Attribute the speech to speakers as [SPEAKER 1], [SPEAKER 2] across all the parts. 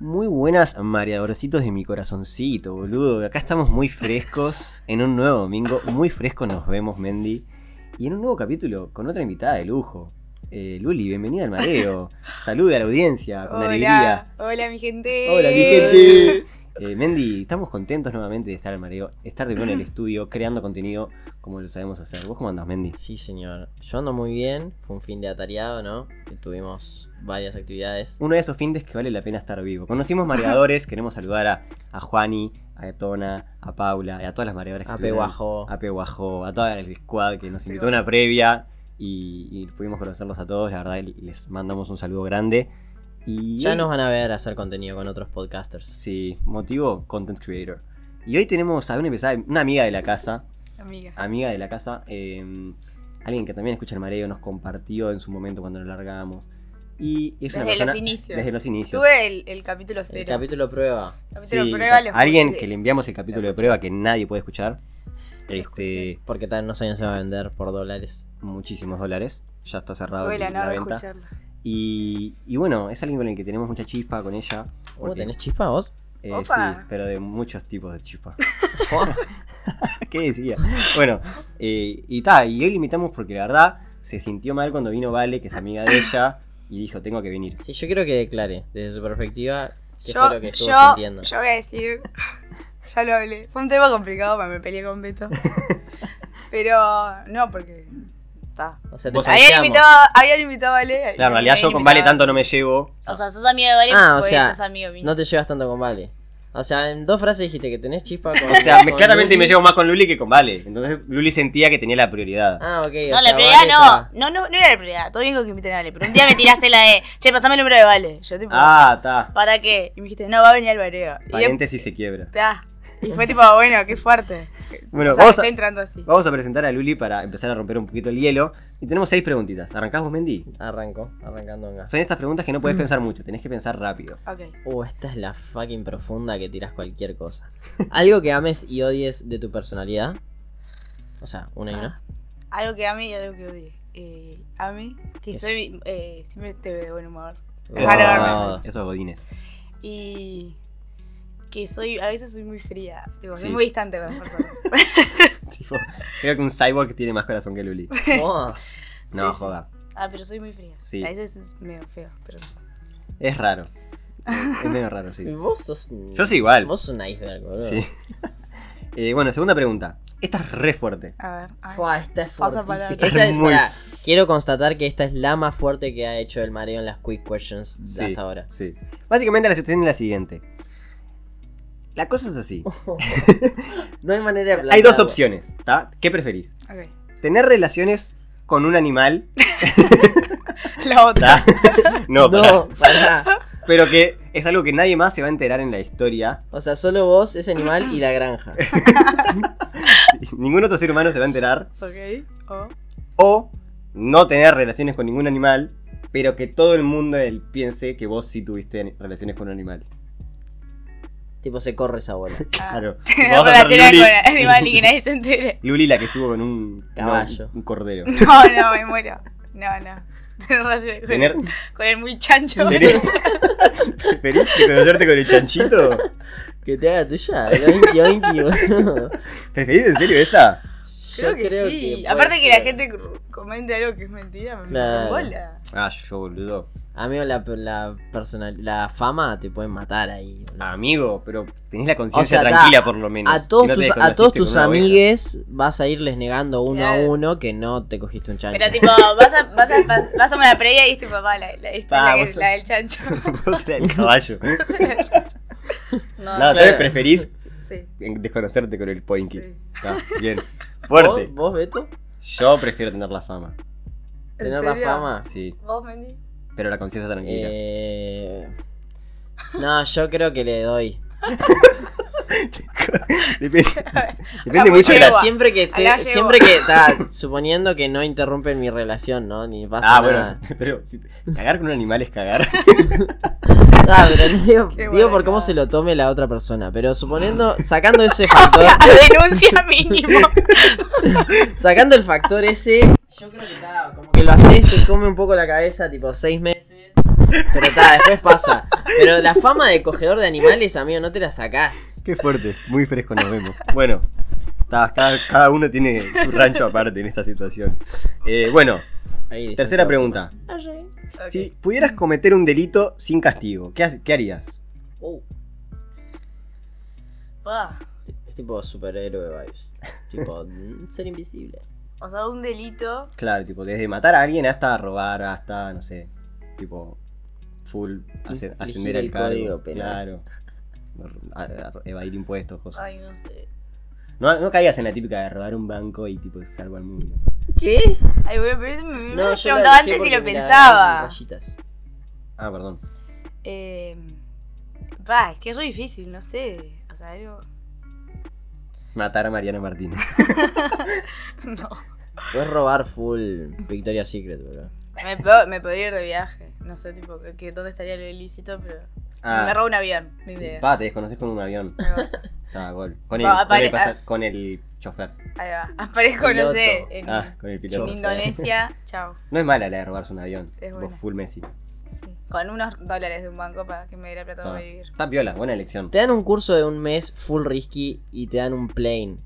[SPEAKER 1] Muy buenas mareadorcitos de mi corazoncito, boludo. Acá estamos muy frescos en un nuevo domingo. Muy frescos nos vemos, Mendy. Y en un nuevo capítulo con otra invitada de lujo. Eh, Luli, bienvenida al mareo. Salude a la audiencia con alegría.
[SPEAKER 2] Hola, hola mi gente.
[SPEAKER 1] Hola, mi gente. Eh, Mendy, estamos contentos nuevamente de estar al mareo, estar de nuevo en el estudio, creando contenido como lo sabemos hacer. ¿Vos cómo andás, Mendy?
[SPEAKER 3] Sí, señor. Yo ando muy bien. Fue un fin de atareado, ¿no? Que tuvimos varias actividades.
[SPEAKER 1] Uno de esos findes que vale la pena estar vivo. Conocimos mareadores, queremos saludar a, a Juani, a Tona, a Paula, y a todas las mareadoras que
[SPEAKER 3] A
[SPEAKER 1] estuvieron.
[SPEAKER 3] Peguajó.
[SPEAKER 1] a Peguajó, a todo el squad que nos invitó a una previa y, y pudimos conocerlos a todos. La verdad, les mandamos un saludo grande. Y
[SPEAKER 3] Ya nos van a ver hacer contenido con otros podcasters.
[SPEAKER 1] Sí, motivo content creator. Y hoy tenemos a una, empezada- una amiga de la casa,
[SPEAKER 2] Amiga.
[SPEAKER 1] amiga de la casa, eh, alguien que también escucha el mareo, nos compartió en su momento cuando lo largamos. Y es una
[SPEAKER 2] Desde
[SPEAKER 1] persona-
[SPEAKER 2] los inicios.
[SPEAKER 1] Desde los inicios.
[SPEAKER 2] Tuve el, el capítulo cero.
[SPEAKER 3] El capítulo prueba.
[SPEAKER 2] Capítulo
[SPEAKER 1] Sí,
[SPEAKER 2] prueba, lo
[SPEAKER 1] alguien
[SPEAKER 2] escuché.
[SPEAKER 1] que le enviamos el capítulo de prueba que nadie puede escuchar. Este,
[SPEAKER 2] escuché.
[SPEAKER 3] Porque tal no sé no se va a vender por dólares.
[SPEAKER 1] muchísimos dólares. Ya está cerrado
[SPEAKER 2] Tuve la
[SPEAKER 1] el-
[SPEAKER 2] nave de
[SPEAKER 1] venta.
[SPEAKER 2] escucharlo.
[SPEAKER 1] Y, y bueno, es alguien con el que tenemos mucha chispa con ella.
[SPEAKER 3] ¿Vos
[SPEAKER 1] porque,
[SPEAKER 3] tenés chispa vos?
[SPEAKER 1] eh,
[SPEAKER 2] Opa.
[SPEAKER 1] sí, pero de muchos tipos de chispa. ¿Qué decía? Bueno, eh, y ta, y hoy le invitamos porque la verdad se sintió mal cuando vino Vale, que es amiga de ella, y dijo, tengo que venir.
[SPEAKER 3] Sí, yo quiero que declare desde su perspectiva qué
[SPEAKER 2] Yo,
[SPEAKER 3] fue lo que estuvo
[SPEAKER 2] yo,
[SPEAKER 3] sintiendo.
[SPEAKER 2] yo voy a decir. ya lo hablé. Fue un tema complicado para me peleé con Beto. Pero no, porque. Está.
[SPEAKER 3] O sea, te
[SPEAKER 1] Vos-
[SPEAKER 2] Habían
[SPEAKER 3] planteamos.
[SPEAKER 2] invitado, habían invitado a Vale.
[SPEAKER 1] Claro, en
[SPEAKER 2] me
[SPEAKER 1] realidad
[SPEAKER 2] habían
[SPEAKER 1] yo con
[SPEAKER 2] invitado-
[SPEAKER 1] Vale tanto no me llevo.
[SPEAKER 4] O sea, sos amigo de Vale
[SPEAKER 3] Ah, o
[SPEAKER 4] porque
[SPEAKER 3] sea,
[SPEAKER 4] sos amigo mío.
[SPEAKER 3] No te llevas tanto con Vale. O sea, en dos frases dijiste que tenés chispa con
[SPEAKER 1] O sea, me-
[SPEAKER 3] con
[SPEAKER 1] claramente
[SPEAKER 3] Luli.
[SPEAKER 1] me llevo más con Luli que con Vale. Entonces Luli sentía que tenía la prioridad.
[SPEAKER 3] Ah, ok. o
[SPEAKER 4] No,
[SPEAKER 3] sea,
[SPEAKER 4] la prioridad
[SPEAKER 3] Vale está-
[SPEAKER 4] no. no. No, no era la prioridad. Todo bien con que inviten a Vale. Pero un día me tiraste la de, che, pasame el número de Vale. Yo tipo,
[SPEAKER 1] Ah, está.
[SPEAKER 4] ¿para qué? Y me dijiste, no, va a venir al bareo. Y yo,
[SPEAKER 1] Paréntesis se quiebra.
[SPEAKER 2] em, Ta. Y fue tipo, "Ah, bueno, qué fuerte.
[SPEAKER 1] Bueno,
[SPEAKER 2] o sea,
[SPEAKER 1] vamos a-
[SPEAKER 2] está entrando así.
[SPEAKER 1] Vamos a presentar a Luli para empezar a romper un poquito el hielo. Y tenemos seis preguntitas. ¿Arrancamos, Mendy?
[SPEAKER 3] Arranco, arrancando en
[SPEAKER 1] Son estas preguntas que no
[SPEAKER 3] Mm.
[SPEAKER 1] puedes pensar mucho, tenés que pensar rápido.
[SPEAKER 2] Ok.
[SPEAKER 3] Uh, esta es la fucking profunda que tiras cualquier cosa. Algo que ames y odies de tu personalidad. O sea, una y
[SPEAKER 4] Ah.
[SPEAKER 3] una.
[SPEAKER 2] Algo que ame y algo que odie. Eh, ame, que
[SPEAKER 3] Eso.
[SPEAKER 2] soy. Eh, siempre te veo de buen humor.
[SPEAKER 1] Eso-
[SPEAKER 2] Vale,
[SPEAKER 3] Oh.
[SPEAKER 2] vale,
[SPEAKER 1] Esos godines.
[SPEAKER 2] Y que soy, a veces soy muy fría, tipo, soy
[SPEAKER 1] Sí.
[SPEAKER 2] muy distante con las personas.
[SPEAKER 1] Tipo, creo que un cyborg tiene más corazón que Luli.
[SPEAKER 3] Oh,
[SPEAKER 1] Ah, No,
[SPEAKER 2] Sí, sí.
[SPEAKER 1] joda.
[SPEAKER 2] Ah, pero soy muy fría.
[SPEAKER 1] Sí.
[SPEAKER 2] A veces es medio feo, pero
[SPEAKER 1] Es raro. Es medio raro, sí.
[SPEAKER 3] vos sos. un-
[SPEAKER 1] Yo soy igual.
[SPEAKER 3] Vos sos un iceberg, boludo.
[SPEAKER 1] Sí. Eh, bueno, segunda pregunta. Esta es re fuerte.
[SPEAKER 2] a ver. ay.
[SPEAKER 3] Fua, esta es
[SPEAKER 2] Pasa
[SPEAKER 3] fuertísima.
[SPEAKER 2] palabra.
[SPEAKER 3] Esta es-
[SPEAKER 1] Muy-
[SPEAKER 3] pará, quiero constatar que esta es la más fuerte que ha hecho el mareo en las quick questions de
[SPEAKER 1] Sí.
[SPEAKER 3] hasta ahora.
[SPEAKER 1] Sí. Básicamente la situación es la siguiente. La cosa es así.
[SPEAKER 3] No hay manera de
[SPEAKER 1] Hay dos
[SPEAKER 3] plantearlo.
[SPEAKER 1] opciones, ¿tá? ¿Qué preferís?
[SPEAKER 2] Ok.
[SPEAKER 1] ¿Tener relaciones con un animal?
[SPEAKER 2] La otra.
[SPEAKER 1] ¿tá? No, pará.
[SPEAKER 3] No, pará.
[SPEAKER 1] Pero que es algo que nadie más se va a enterar en la historia.
[SPEAKER 3] O sea, solo vos, ese animal y la granja.
[SPEAKER 1] Ningún otro ser humano se va a enterar.
[SPEAKER 2] Ok. O. ah.
[SPEAKER 1] O no tener relaciones con ningún animal, pero que todo el mundo él piense que vos sí tuviste ani- relaciones con un animal.
[SPEAKER 3] tipo, se corre esa bola.
[SPEAKER 2] ah,
[SPEAKER 1] Claro.
[SPEAKER 2] tener
[SPEAKER 1] Vamos a hacer
[SPEAKER 2] relaciones
[SPEAKER 1] Luli-
[SPEAKER 2] con animal y que nadie se entere.
[SPEAKER 1] Luli la que estuvo con un
[SPEAKER 3] Caballo.
[SPEAKER 1] no, un cordero.
[SPEAKER 2] No, no, me muero. No, no. Tener relaciones con,
[SPEAKER 1] Tener-
[SPEAKER 2] con el muy chancho.
[SPEAKER 1] ¿Tenés- ¿Preferiste conocerte con el chanchito?
[SPEAKER 3] Que te haga tuya, el oinki oinki, boludo.
[SPEAKER 1] ¿Preferís en serio esa?
[SPEAKER 2] Creo
[SPEAKER 3] Yo
[SPEAKER 2] que sí.
[SPEAKER 3] puede
[SPEAKER 2] Aparte que la
[SPEAKER 3] ser.
[SPEAKER 2] gente cr- comente algo que es mentira, me
[SPEAKER 3] Claro.
[SPEAKER 2] me bola.
[SPEAKER 1] Ah, yo boludo.
[SPEAKER 3] Amigo, la, la, personal, la fama te puede matar ahí. boludo.
[SPEAKER 1] Amigo, pero tenés la conciencia
[SPEAKER 3] O sea,
[SPEAKER 1] tranquila
[SPEAKER 3] ta,
[SPEAKER 1] por lo menos.
[SPEAKER 3] A todos,
[SPEAKER 1] que Ah, no te
[SPEAKER 3] tus, a
[SPEAKER 1] desconociste
[SPEAKER 3] todos
[SPEAKER 1] con
[SPEAKER 3] tus
[SPEAKER 1] una oveja.
[SPEAKER 3] amigues vas a irles negando uno a
[SPEAKER 2] Claro.
[SPEAKER 3] uno que no te cogiste un chancho.
[SPEAKER 4] pero
[SPEAKER 3] Pero,
[SPEAKER 4] tipo, vas a, vas a, vas-
[SPEAKER 2] Vas a la previa y es tipo, va, la, la, esta es la,
[SPEAKER 1] Pa, vos
[SPEAKER 2] que-
[SPEAKER 1] sos-
[SPEAKER 2] la del chancho.
[SPEAKER 1] Vos eras el caballo.
[SPEAKER 2] Esa es la del chancho.
[SPEAKER 1] No,
[SPEAKER 4] no,
[SPEAKER 1] entonces preferís
[SPEAKER 2] Sí.
[SPEAKER 1] en- desconocerte con el poinky.
[SPEAKER 2] Sí.
[SPEAKER 1] Está, bien. Fuerte.
[SPEAKER 3] ¿Vos, vos, Beto?
[SPEAKER 1] Yo prefiero tener la fama.
[SPEAKER 2] ¿En
[SPEAKER 3] ¿Tener la
[SPEAKER 2] serio?
[SPEAKER 3] fama?
[SPEAKER 1] Sí.
[SPEAKER 2] ¿Vos, Mendy?
[SPEAKER 1] Pero la conciencia tranquila.
[SPEAKER 3] Eh... No, yo creo que le doy.
[SPEAKER 1] Depende, depende
[SPEAKER 2] La
[SPEAKER 1] mucho de
[SPEAKER 3] O
[SPEAKER 2] mujer.
[SPEAKER 1] la.
[SPEAKER 3] sea,
[SPEAKER 2] Yegua.
[SPEAKER 3] siempre que te-
[SPEAKER 2] Alá llegó.
[SPEAKER 3] siempre que ta, suponiendo que no interrumpen mi relación, ¿no? Ni pasa
[SPEAKER 1] Ah,
[SPEAKER 3] nada.
[SPEAKER 1] bueno. Pero si- cagar con un animal es cagar.
[SPEAKER 3] Ah, pero digo,
[SPEAKER 2] Qué
[SPEAKER 3] digo
[SPEAKER 2] buena
[SPEAKER 3] por cómo
[SPEAKER 2] idea.
[SPEAKER 3] se lo tome la otra persona. Pero suponiendo, sacando ese
[SPEAKER 2] O
[SPEAKER 3] factor,
[SPEAKER 2] sea, denuncia mínimo.
[SPEAKER 3] sacando el factor ese, yo creo que está, como que lo haces, te come un poco la cabeza, tipo seis meses. Pero está, después pasa. Pero la fama de cogedor de animales, amigo, no te la sacás.
[SPEAKER 1] Qué fuerte, muy fresco nos vemos. Bueno, ta- cada, cada uno tiene su rancho aparte en esta situación. Eh, bueno,
[SPEAKER 3] Ahí,
[SPEAKER 1] tercera
[SPEAKER 3] descansado,
[SPEAKER 1] pregunta.
[SPEAKER 2] Ok.
[SPEAKER 1] Si pudieras cometer un delito sin castigo, ¿qué, ha- qué harías?
[SPEAKER 3] tipo. Uh,
[SPEAKER 4] Pa.
[SPEAKER 3] es tipo superhéroe vibes. Tipo, mm, ser invisible.
[SPEAKER 4] O sea, un delito.
[SPEAKER 1] Claro, tipo, desde matar a alguien hasta robar, hasta, no sé, tipo, full, ascen-
[SPEAKER 3] Infligir
[SPEAKER 1] ascender
[SPEAKER 3] el
[SPEAKER 1] al cargo.
[SPEAKER 3] código penal.
[SPEAKER 1] Claro. A- a- Evadir impuestos, cosas.
[SPEAKER 4] Ay, no sé.
[SPEAKER 1] No, no caías en la típica de robar un banco y tipo salvo al mundo.
[SPEAKER 3] ¿Qué?
[SPEAKER 4] Ay, bueno, pero eso me, me
[SPEAKER 3] No,
[SPEAKER 4] lo
[SPEAKER 3] yo
[SPEAKER 4] preguntaba
[SPEAKER 3] la dejé
[SPEAKER 4] antes y
[SPEAKER 3] porque
[SPEAKER 4] lo
[SPEAKER 3] me la
[SPEAKER 4] pensaba.
[SPEAKER 3] agarraron rayitas.
[SPEAKER 1] Ah, perdón.
[SPEAKER 4] Eh. Pa, es que es re difícil, no sé. O sea, algo.
[SPEAKER 1] Matar a Mariana Martínez.
[SPEAKER 4] No.
[SPEAKER 3] Puedes robar full Victoria's Secret, bro.
[SPEAKER 4] Me, po- me podría ir de viaje. No sé, tipo, que, que dónde estaría lo ilícito, pero.
[SPEAKER 1] Ah.
[SPEAKER 4] Me robo un avión, ni idea.
[SPEAKER 1] pa, te desconoces con un avión.
[SPEAKER 4] Una cosa.
[SPEAKER 1] Ah, gol. Con el,
[SPEAKER 4] Va,
[SPEAKER 1] con el
[SPEAKER 4] apare-
[SPEAKER 1] pasa- con el chofer.
[SPEAKER 4] Ahí va. Aparezco,
[SPEAKER 3] Piloto.
[SPEAKER 4] no sé, en,
[SPEAKER 1] Ah, con el
[SPEAKER 4] en
[SPEAKER 1] piloto.
[SPEAKER 3] Chofer.
[SPEAKER 4] Indonesia. Chao.
[SPEAKER 1] No es mala la de robarse un avión.
[SPEAKER 4] Es
[SPEAKER 1] Vos
[SPEAKER 4] buena.
[SPEAKER 1] full Messi.
[SPEAKER 4] Sí. Con unos dólares de un banco para que me diera plata
[SPEAKER 1] Ah,
[SPEAKER 4] para vivir.
[SPEAKER 1] Está piola, buena elección.
[SPEAKER 3] Te dan un curso de un mes full risky y te dan un plane.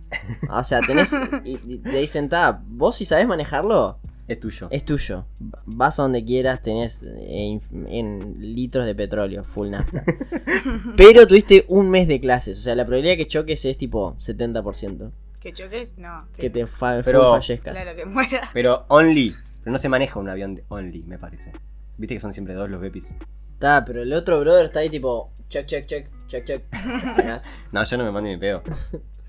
[SPEAKER 3] O sea, tenés. Y, y te dicen, ta, vos si sabés manejarlo,
[SPEAKER 1] Es tuyo.
[SPEAKER 3] es tuyo. Va- Vas a donde quieras, tenés en, en litros de petróleo, full nafta. Pero tuviste un mes de clases. O sea, la probabilidad que choques es tipo 70%.
[SPEAKER 4] Que choques, no.
[SPEAKER 3] Que te fa- full
[SPEAKER 1] Pero-
[SPEAKER 3] fallezcas.
[SPEAKER 4] Claro, que muera.
[SPEAKER 1] Pero only. Pero no se maneja un avión de only, me parece. Viste que son siempre dos los bepis.
[SPEAKER 3] Ta, pero el otro brother está ahí tipo, check, check, check, check, check. Tenés-
[SPEAKER 1] No, yo no me mando ni pedo.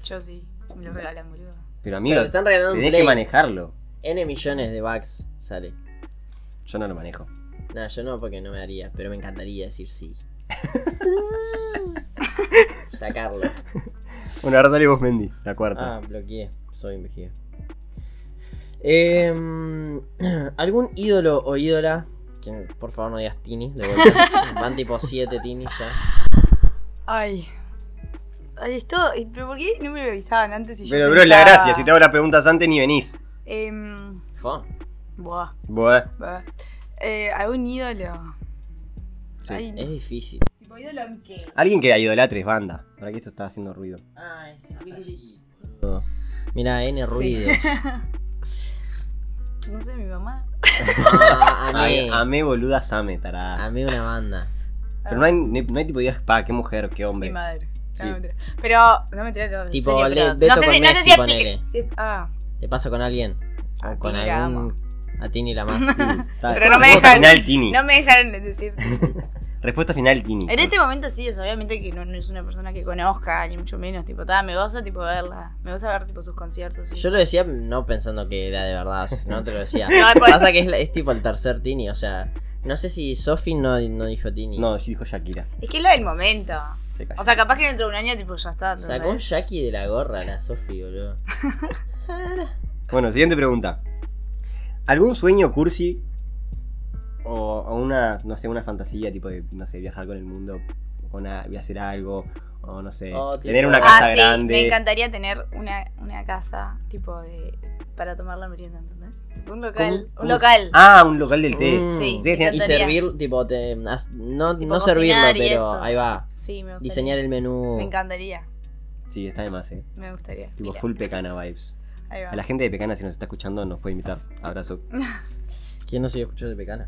[SPEAKER 4] Yo sí. Me lo regalan, boludo.
[SPEAKER 1] Pero
[SPEAKER 3] Pero
[SPEAKER 1] amigo,
[SPEAKER 3] te están regalando un
[SPEAKER 1] tenés que
[SPEAKER 3] plane.
[SPEAKER 1] manejarlo.
[SPEAKER 3] N millones de bucks sale.
[SPEAKER 1] Yo no lo manejo.
[SPEAKER 3] No, yo no porque no me haría, pero me encantaría decir sí. Sacarlo.
[SPEAKER 1] Bueno, ahora dale vos, Mendy, la cuarta.
[SPEAKER 3] Ah, bloqueé. Soy invejía. Em, ¿Algún ídolo o ídola? Que por favor no digas Tini, de vuelta. Van tipo 7 Tini ya.
[SPEAKER 2] Ay.
[SPEAKER 4] Ay, esto. ¿Pero por qué no me lo avisaban antes? Y yo
[SPEAKER 1] Pero, bro, la
[SPEAKER 4] pensaba-
[SPEAKER 1] gracia. Si te hago las preguntas antes, ni venís.
[SPEAKER 4] Em,
[SPEAKER 3] Fua.
[SPEAKER 4] buah,
[SPEAKER 1] Buah.
[SPEAKER 4] buah. Eh, algún ídolo.
[SPEAKER 1] Sí.
[SPEAKER 4] Ay,
[SPEAKER 3] Es difícil.
[SPEAKER 4] ¿Tipo ídolo en qué?
[SPEAKER 1] Alguien que idolatres, banda. Para que esto está haciendo ruido.
[SPEAKER 3] Ah, es Mira, N
[SPEAKER 4] Sí.
[SPEAKER 3] ruido.
[SPEAKER 4] No sé, mi mamá.
[SPEAKER 3] Ah,
[SPEAKER 1] Ay,
[SPEAKER 3] amé.
[SPEAKER 1] amé boluda Same, tarada.
[SPEAKER 3] Amé una banda.
[SPEAKER 1] Pero no hay, ni- no hay tipo digas, pa, qué mujer, qué
[SPEAKER 4] Mi
[SPEAKER 1] hombre.
[SPEAKER 4] Ah, madre. No,
[SPEAKER 1] Sí.
[SPEAKER 4] mentira. Pero, no me tiré yo.
[SPEAKER 3] Tipo,
[SPEAKER 4] serio,
[SPEAKER 3] le-
[SPEAKER 4] pero-
[SPEAKER 3] Beto
[SPEAKER 4] no sé
[SPEAKER 3] con
[SPEAKER 4] si, no sé
[SPEAKER 3] Messi,
[SPEAKER 4] si aplica.
[SPEAKER 3] ponele.
[SPEAKER 4] Sí, ah,
[SPEAKER 3] ¿Te pasa con alguien?
[SPEAKER 4] A
[SPEAKER 3] con
[SPEAKER 4] Tini la
[SPEAKER 3] algún. A Tini la más.
[SPEAKER 1] Ta-
[SPEAKER 4] Pero no me
[SPEAKER 1] Respuesta
[SPEAKER 4] dejan-
[SPEAKER 1] final, Tini.
[SPEAKER 4] no me dejaron decir.
[SPEAKER 1] Respuesta final, Tini.
[SPEAKER 4] En este momento sí, o sea, obviamente que no, no es una persona que conozca, ni mucho menos. Tipo, ta, me goza tipo verla. Me goza ver tipo sus conciertos. y
[SPEAKER 3] Yo lo decía no pensando que era de verdad, no te lo decía.
[SPEAKER 4] No, pues-
[SPEAKER 3] Pasa que es, la- es tipo el tercer Tini, o sea, no sé si Sofi no, no dijo Tini.
[SPEAKER 1] No, sí dijo Shakira.
[SPEAKER 4] Es que es la del momento.
[SPEAKER 1] Se cayó.
[SPEAKER 4] O sea, capaz que dentro de un año, tipo, ya está. ¿entendés?
[SPEAKER 3] Sacó un Jackie de la gorra la Sofi, boludo.
[SPEAKER 1] Bueno, siguiente pregunta. ¿Algún sueño cursi o, o una, no sé, una fantasía tipo de, no sé, viajar con el mundo, o una- voy a hacer algo, o no sé,
[SPEAKER 3] Oh, tipo-
[SPEAKER 1] tener una
[SPEAKER 3] Ah,
[SPEAKER 1] casa
[SPEAKER 4] ah, sí,
[SPEAKER 1] grande?
[SPEAKER 4] me encantaría tener una, una casa, tipo, de para tomar la merienda, ¿entendés? Tipo, un local.
[SPEAKER 1] ¿Cómo-
[SPEAKER 4] Un
[SPEAKER 1] cómo-
[SPEAKER 4] local.
[SPEAKER 1] Ah, un local del té.
[SPEAKER 3] Mm.
[SPEAKER 4] Sí,
[SPEAKER 1] Sí,
[SPEAKER 4] me
[SPEAKER 1] sí,
[SPEAKER 3] Y
[SPEAKER 1] Encantaría.
[SPEAKER 3] servir, tipo, te- as- no,
[SPEAKER 4] Tipo,
[SPEAKER 3] no
[SPEAKER 4] cocinar
[SPEAKER 3] servirlo,
[SPEAKER 4] y
[SPEAKER 3] pero
[SPEAKER 4] eso.
[SPEAKER 3] ahí va.
[SPEAKER 4] Sí, me gustaría.
[SPEAKER 3] Diseñar el menú.
[SPEAKER 4] Me encantaría,
[SPEAKER 1] Sí, está de más, eh.
[SPEAKER 4] me gustaría.
[SPEAKER 1] Tipo
[SPEAKER 4] Mira,
[SPEAKER 1] full pecana vibes.
[SPEAKER 4] ahí va.
[SPEAKER 1] A la gente de pecana, si nos está escuchando, nos puede invitar. Abrazo.
[SPEAKER 3] ¿Quién no se escuchó de Pecana?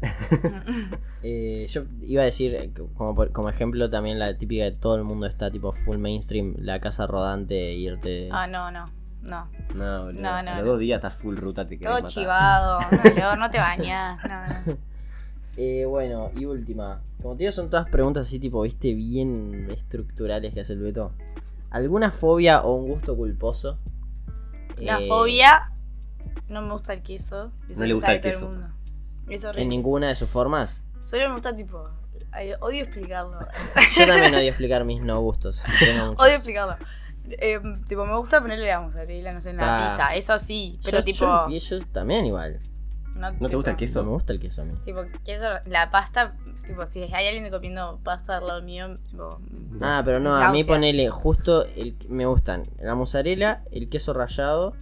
[SPEAKER 3] Eh, yo iba a decir, eh, co- como, por- como ejemplo, también la típica de todo el mundo está tipo full mainstream, la casa rodante, irte.
[SPEAKER 4] Ah, no, no, no.
[SPEAKER 1] No, boludo.
[SPEAKER 4] No, no,
[SPEAKER 1] a los
[SPEAKER 4] no.
[SPEAKER 1] dos días estás full ruta, te quedas.
[SPEAKER 4] Todo chivado, no, olor, no te bañás, no, no.
[SPEAKER 3] Eh, bueno, y última. Como te digo, son todas preguntas así, tipo, viste, bien estructurales que hace el Beto. ¿Alguna fobia o un gusto culposo?
[SPEAKER 4] Una
[SPEAKER 3] Eh,
[SPEAKER 4] fobia, no me gusta el queso. eso
[SPEAKER 1] No le
[SPEAKER 4] lo
[SPEAKER 1] gusta
[SPEAKER 4] sabe
[SPEAKER 1] el
[SPEAKER 4] todo
[SPEAKER 1] queso.
[SPEAKER 4] mundo. Es
[SPEAKER 3] ¿En
[SPEAKER 4] horrible.
[SPEAKER 3] ninguna de sus formas?
[SPEAKER 4] Solo me gusta, tipo, ay, odio explicarlo.
[SPEAKER 3] Yo también odio explicar mis no gustos. Tengo muchos.
[SPEAKER 4] Odio explicarlo. Eh, tipo, me gusta ponerle la mozzarella, no sé, en la
[SPEAKER 3] Ah.
[SPEAKER 4] pizza. Eso sí, pero
[SPEAKER 3] yo,
[SPEAKER 4] tipo.
[SPEAKER 3] yo- yo también igual.
[SPEAKER 1] ¿No te gusta el queso?
[SPEAKER 3] No me gusta el queso a mí.
[SPEAKER 4] Tipo, queso, la pasta, tipo, si hay alguien comiendo pasta al lado mío, tipo.
[SPEAKER 3] Ah, pero no, a mí
[SPEAKER 4] Náuseas.
[SPEAKER 3] ponele justo el me gustan la mozzarella, el queso rallado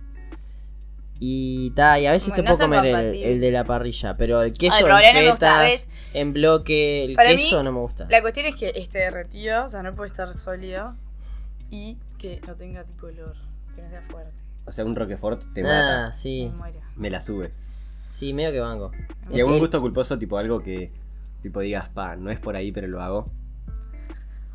[SPEAKER 3] Y, ta, y a veces
[SPEAKER 4] Bueno,
[SPEAKER 3] te puedo
[SPEAKER 4] son
[SPEAKER 3] comer el,
[SPEAKER 4] compatibles. Ah,
[SPEAKER 3] el de la parrilla, pero el
[SPEAKER 4] Ay,
[SPEAKER 3] queso
[SPEAKER 4] pero
[SPEAKER 3] en
[SPEAKER 4] Oriana me gusta,
[SPEAKER 3] fetas,
[SPEAKER 4] ¿ves?
[SPEAKER 3] en bloque, el
[SPEAKER 2] Para mí,
[SPEAKER 3] queso no me gusta.
[SPEAKER 2] La cuestión es que esté derretido, o sea, no puede estar sólido y que no tenga tipo olor, que no sea fuerte.
[SPEAKER 1] O sea, un Roquefort te
[SPEAKER 3] Ah,
[SPEAKER 1] mata.
[SPEAKER 3] sí,
[SPEAKER 2] Me muero.
[SPEAKER 1] Me la sube.
[SPEAKER 3] sí, medio que banco.
[SPEAKER 1] Y algún
[SPEAKER 3] El-
[SPEAKER 1] gusto culposo, tipo algo que tipo digas, pa, no es por ahí, pero lo hago.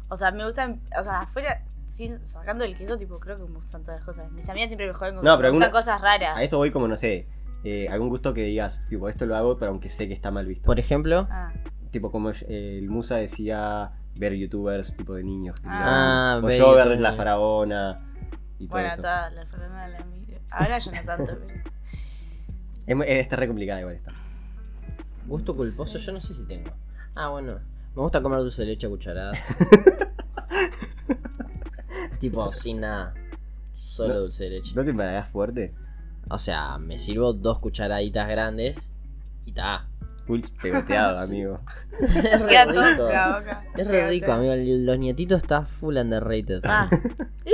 [SPEAKER 4] O sea, me gustan. O sea, afuera, sin- sacando el queso, tipo, creo que me gustan todas las cosas. Mis amigas siempre me joden con
[SPEAKER 1] No,
[SPEAKER 4] que
[SPEAKER 1] pero
[SPEAKER 4] me gustan
[SPEAKER 1] alguna-
[SPEAKER 4] cosas raras.
[SPEAKER 1] A esto voy como, no sé, eh, algún gusto que digas, tipo, esto lo hago, pero aunque sé que está mal visto.
[SPEAKER 3] Por ejemplo,
[SPEAKER 4] Ah,
[SPEAKER 1] Tipo, como eh, el Musa decía, ver youtubers, tipo de niños. que
[SPEAKER 3] Ah,
[SPEAKER 1] miran.
[SPEAKER 3] ver
[SPEAKER 1] o yo ver
[SPEAKER 3] youtubers.
[SPEAKER 1] la faraona y todo
[SPEAKER 4] bueno,
[SPEAKER 1] eso.
[SPEAKER 4] está, la Fernanda la mira. Ahora ya no tanto, pero.
[SPEAKER 1] Es, mu- eh, está re complicada igual esta.
[SPEAKER 3] gusto culposo, yo no sé si tengo. Ah, bueno, me gusta comer dulce de leche a cucharadas. tipo, sin nada. Solo
[SPEAKER 1] No-
[SPEAKER 3] dulce de leche.
[SPEAKER 1] ¿No te embaragás fuerte?
[SPEAKER 3] O sea, me sirvo dos cucharaditas grandes y ta.
[SPEAKER 1] Full pegoteado, amigo.
[SPEAKER 3] Es re
[SPEAKER 2] Queda
[SPEAKER 3] rico.
[SPEAKER 2] todo en la boca.
[SPEAKER 3] Es re
[SPEAKER 2] Queda
[SPEAKER 3] rico,
[SPEAKER 2] todo.
[SPEAKER 3] amigo. El- Los nietitos están full underrated.
[SPEAKER 4] Ah. ¿Y?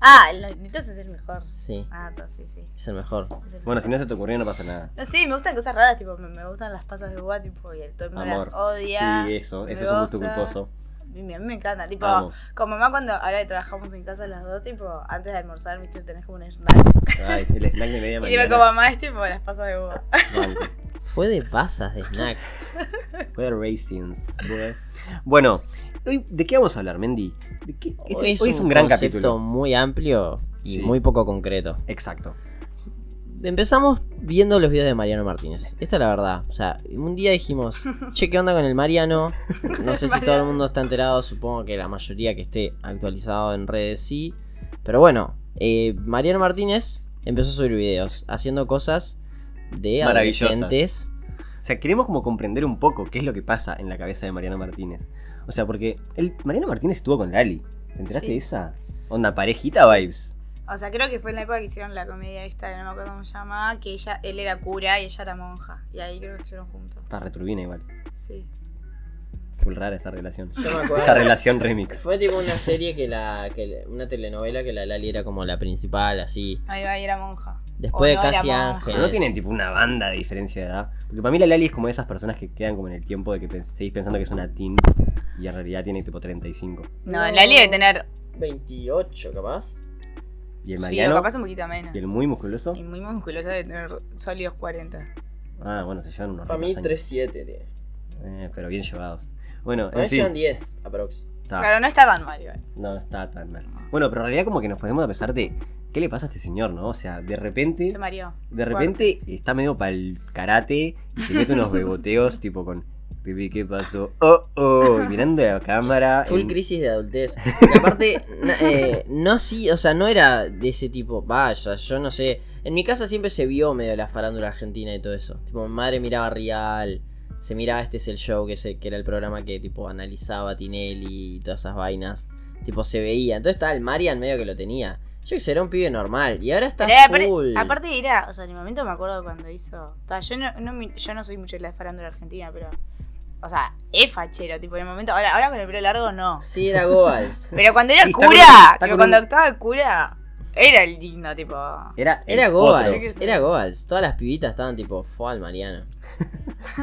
[SPEAKER 4] Ah, el entonces es el mejor.
[SPEAKER 3] Sí,
[SPEAKER 4] Ah, está, sí, sí.
[SPEAKER 3] es el mejor.
[SPEAKER 4] Es el
[SPEAKER 1] Bueno,
[SPEAKER 4] mejor.
[SPEAKER 1] si no se te ocurrió, no pasa nada.
[SPEAKER 4] No, sí, me gustan cosas raras, tipo, me, me gustan las pasas de uva, tipo, y el todo el mundo
[SPEAKER 1] Amor.
[SPEAKER 4] las odia.
[SPEAKER 1] sí, eso. Eso es un gusto
[SPEAKER 4] goza.
[SPEAKER 1] culposo.
[SPEAKER 4] Y mi- a mí me encanta, tipo,
[SPEAKER 1] Vamos.
[SPEAKER 4] con mamá cuando ahora que trabajamos en casa las dos, tipo, antes de almorzar, viste, tenés como un snack.
[SPEAKER 1] Ay, el snack de media
[SPEAKER 4] Y tipo, con
[SPEAKER 1] mañana.
[SPEAKER 4] mamá es tipo las pasas de uva.
[SPEAKER 1] Banco.
[SPEAKER 3] Fue de pasas de snack.
[SPEAKER 1] Fue raisins. bue. Bueno, hoy- ¿de qué vamos a hablar, Mendy? ¿De qué? Este- Hoy, es, un, gran
[SPEAKER 3] concepto
[SPEAKER 1] capítulo.
[SPEAKER 3] muy amplio y
[SPEAKER 1] Sí.
[SPEAKER 3] muy poco concreto.
[SPEAKER 1] Exacto.
[SPEAKER 3] Empezamos viendo los videos de Mariano Martínez. Esta es la verdad. O sea, un día dijimos, che, ¿qué onda con el Mariano? No sé si todo el mundo está enterado, supongo que la mayoría que esté actualizado en redes sí. Pero bueno, eh, Mariano Martínez empezó a subir videos, haciendo cosas de
[SPEAKER 1] Maravillosas.
[SPEAKER 3] adolescentes.
[SPEAKER 1] O sea, queremos como comprender un poco qué es lo que pasa en la cabeza de Mariano Martínez. O sea, porque el, Mariano Martínez estuvo con Lali. ¿Te enteraste
[SPEAKER 4] Sí.
[SPEAKER 1] de esa? Onda, parejita vibes.
[SPEAKER 4] O sea, creo que fue en la época que hicieron la comedia esta, que no me acuerdo cómo se llamaba, que ella, él era cura y ella era monja. Y ahí creo que estuvieron juntos.
[SPEAKER 1] Está returbina igual.
[SPEAKER 4] Sí.
[SPEAKER 1] Full rara esa relación.
[SPEAKER 3] Yo me acuerdo.
[SPEAKER 1] Esa relación remix.
[SPEAKER 3] Fue tipo una serie que la. Que la- una telenovela que la Lali era como la principal, así.
[SPEAKER 4] Ahí va, y era monja.
[SPEAKER 3] Después
[SPEAKER 4] O no
[SPEAKER 3] de
[SPEAKER 4] era
[SPEAKER 3] Casi
[SPEAKER 4] monja.
[SPEAKER 3] Ángeles.
[SPEAKER 1] Pero no tienen tipo una banda de diferencia de edad. Porque para mí la Lali es como de esas personas que quedan como en el tiempo de que pens- seguís pensando que es una teen y en realidad tiene tipo 35.
[SPEAKER 2] No,
[SPEAKER 3] No.
[SPEAKER 2] en la debe tener.
[SPEAKER 3] 28, capaz.
[SPEAKER 1] Y el
[SPEAKER 2] sí, o
[SPEAKER 1] Mariano,
[SPEAKER 2] capaz un poquito menos.
[SPEAKER 1] y el muy musculoso.
[SPEAKER 2] Y muy musculosa debe tener sólidos 40.
[SPEAKER 1] Ah, bueno, se llevan unos
[SPEAKER 3] Para mí,
[SPEAKER 1] ricos años.
[SPEAKER 3] 37 tiene.
[SPEAKER 1] Eh, pero bien llevados. Bueno,
[SPEAKER 3] Para
[SPEAKER 1] en
[SPEAKER 3] mí llevan
[SPEAKER 1] fin.
[SPEAKER 3] 10, aprox.
[SPEAKER 1] Está,
[SPEAKER 2] Claro, no está tan mal, igual.
[SPEAKER 1] no está tan mal. Bueno, pero en realidad como que nos podemos a pesar de qué le pasa a este señor, ¿no? O sea, de repente,
[SPEAKER 4] Se mareó.
[SPEAKER 1] de repente está medio para el karate y te mete unos beboteos tipo con "Te vi, ¿Qué pasó? Oh, oh, y mirando la cámara.
[SPEAKER 3] Full
[SPEAKER 1] en-
[SPEAKER 3] crisis de adultez. Y aparte, na- eh, no sí, o sea, no era de ese tipo. Vaya, yo no sé. En mi casa siempre se vio medio la farándula argentina y todo eso. Tipo, mi madre miraba Real. Se miraba Este es el show, que, se, que era el programa que tipo analizaba Tinelli y todas esas vainas. Tipo, se veía. Entonces estaba el Marian medio que lo tenía. Yo que sé, era un pibe normal. Y ahora está
[SPEAKER 4] Pero era- pero-
[SPEAKER 3] full.
[SPEAKER 4] Eh, aparte era, o sea, en el momento me acuerdo cuando hizo. ta, yo, no, no mi- yo no soy mucho de la farándula argentina, pero. O sea, es fachero, tipo, en el momento. Ahora, ahora con el pelo largo no.
[SPEAKER 3] Sí, era Goals.
[SPEAKER 4] Pero cuando era
[SPEAKER 1] Sí, está con
[SPEAKER 4] cura,
[SPEAKER 1] un- está
[SPEAKER 4] tipo,
[SPEAKER 1] con
[SPEAKER 4] cuando
[SPEAKER 1] un-
[SPEAKER 4] actuaba de cura, era el digno, tipo.
[SPEAKER 1] Era, el
[SPEAKER 3] Era
[SPEAKER 1] otro.
[SPEAKER 4] Yo qué
[SPEAKER 3] Goals,
[SPEAKER 4] sé.
[SPEAKER 3] era Goals. Todas las pibitas estaban tipo, fue al Mariano.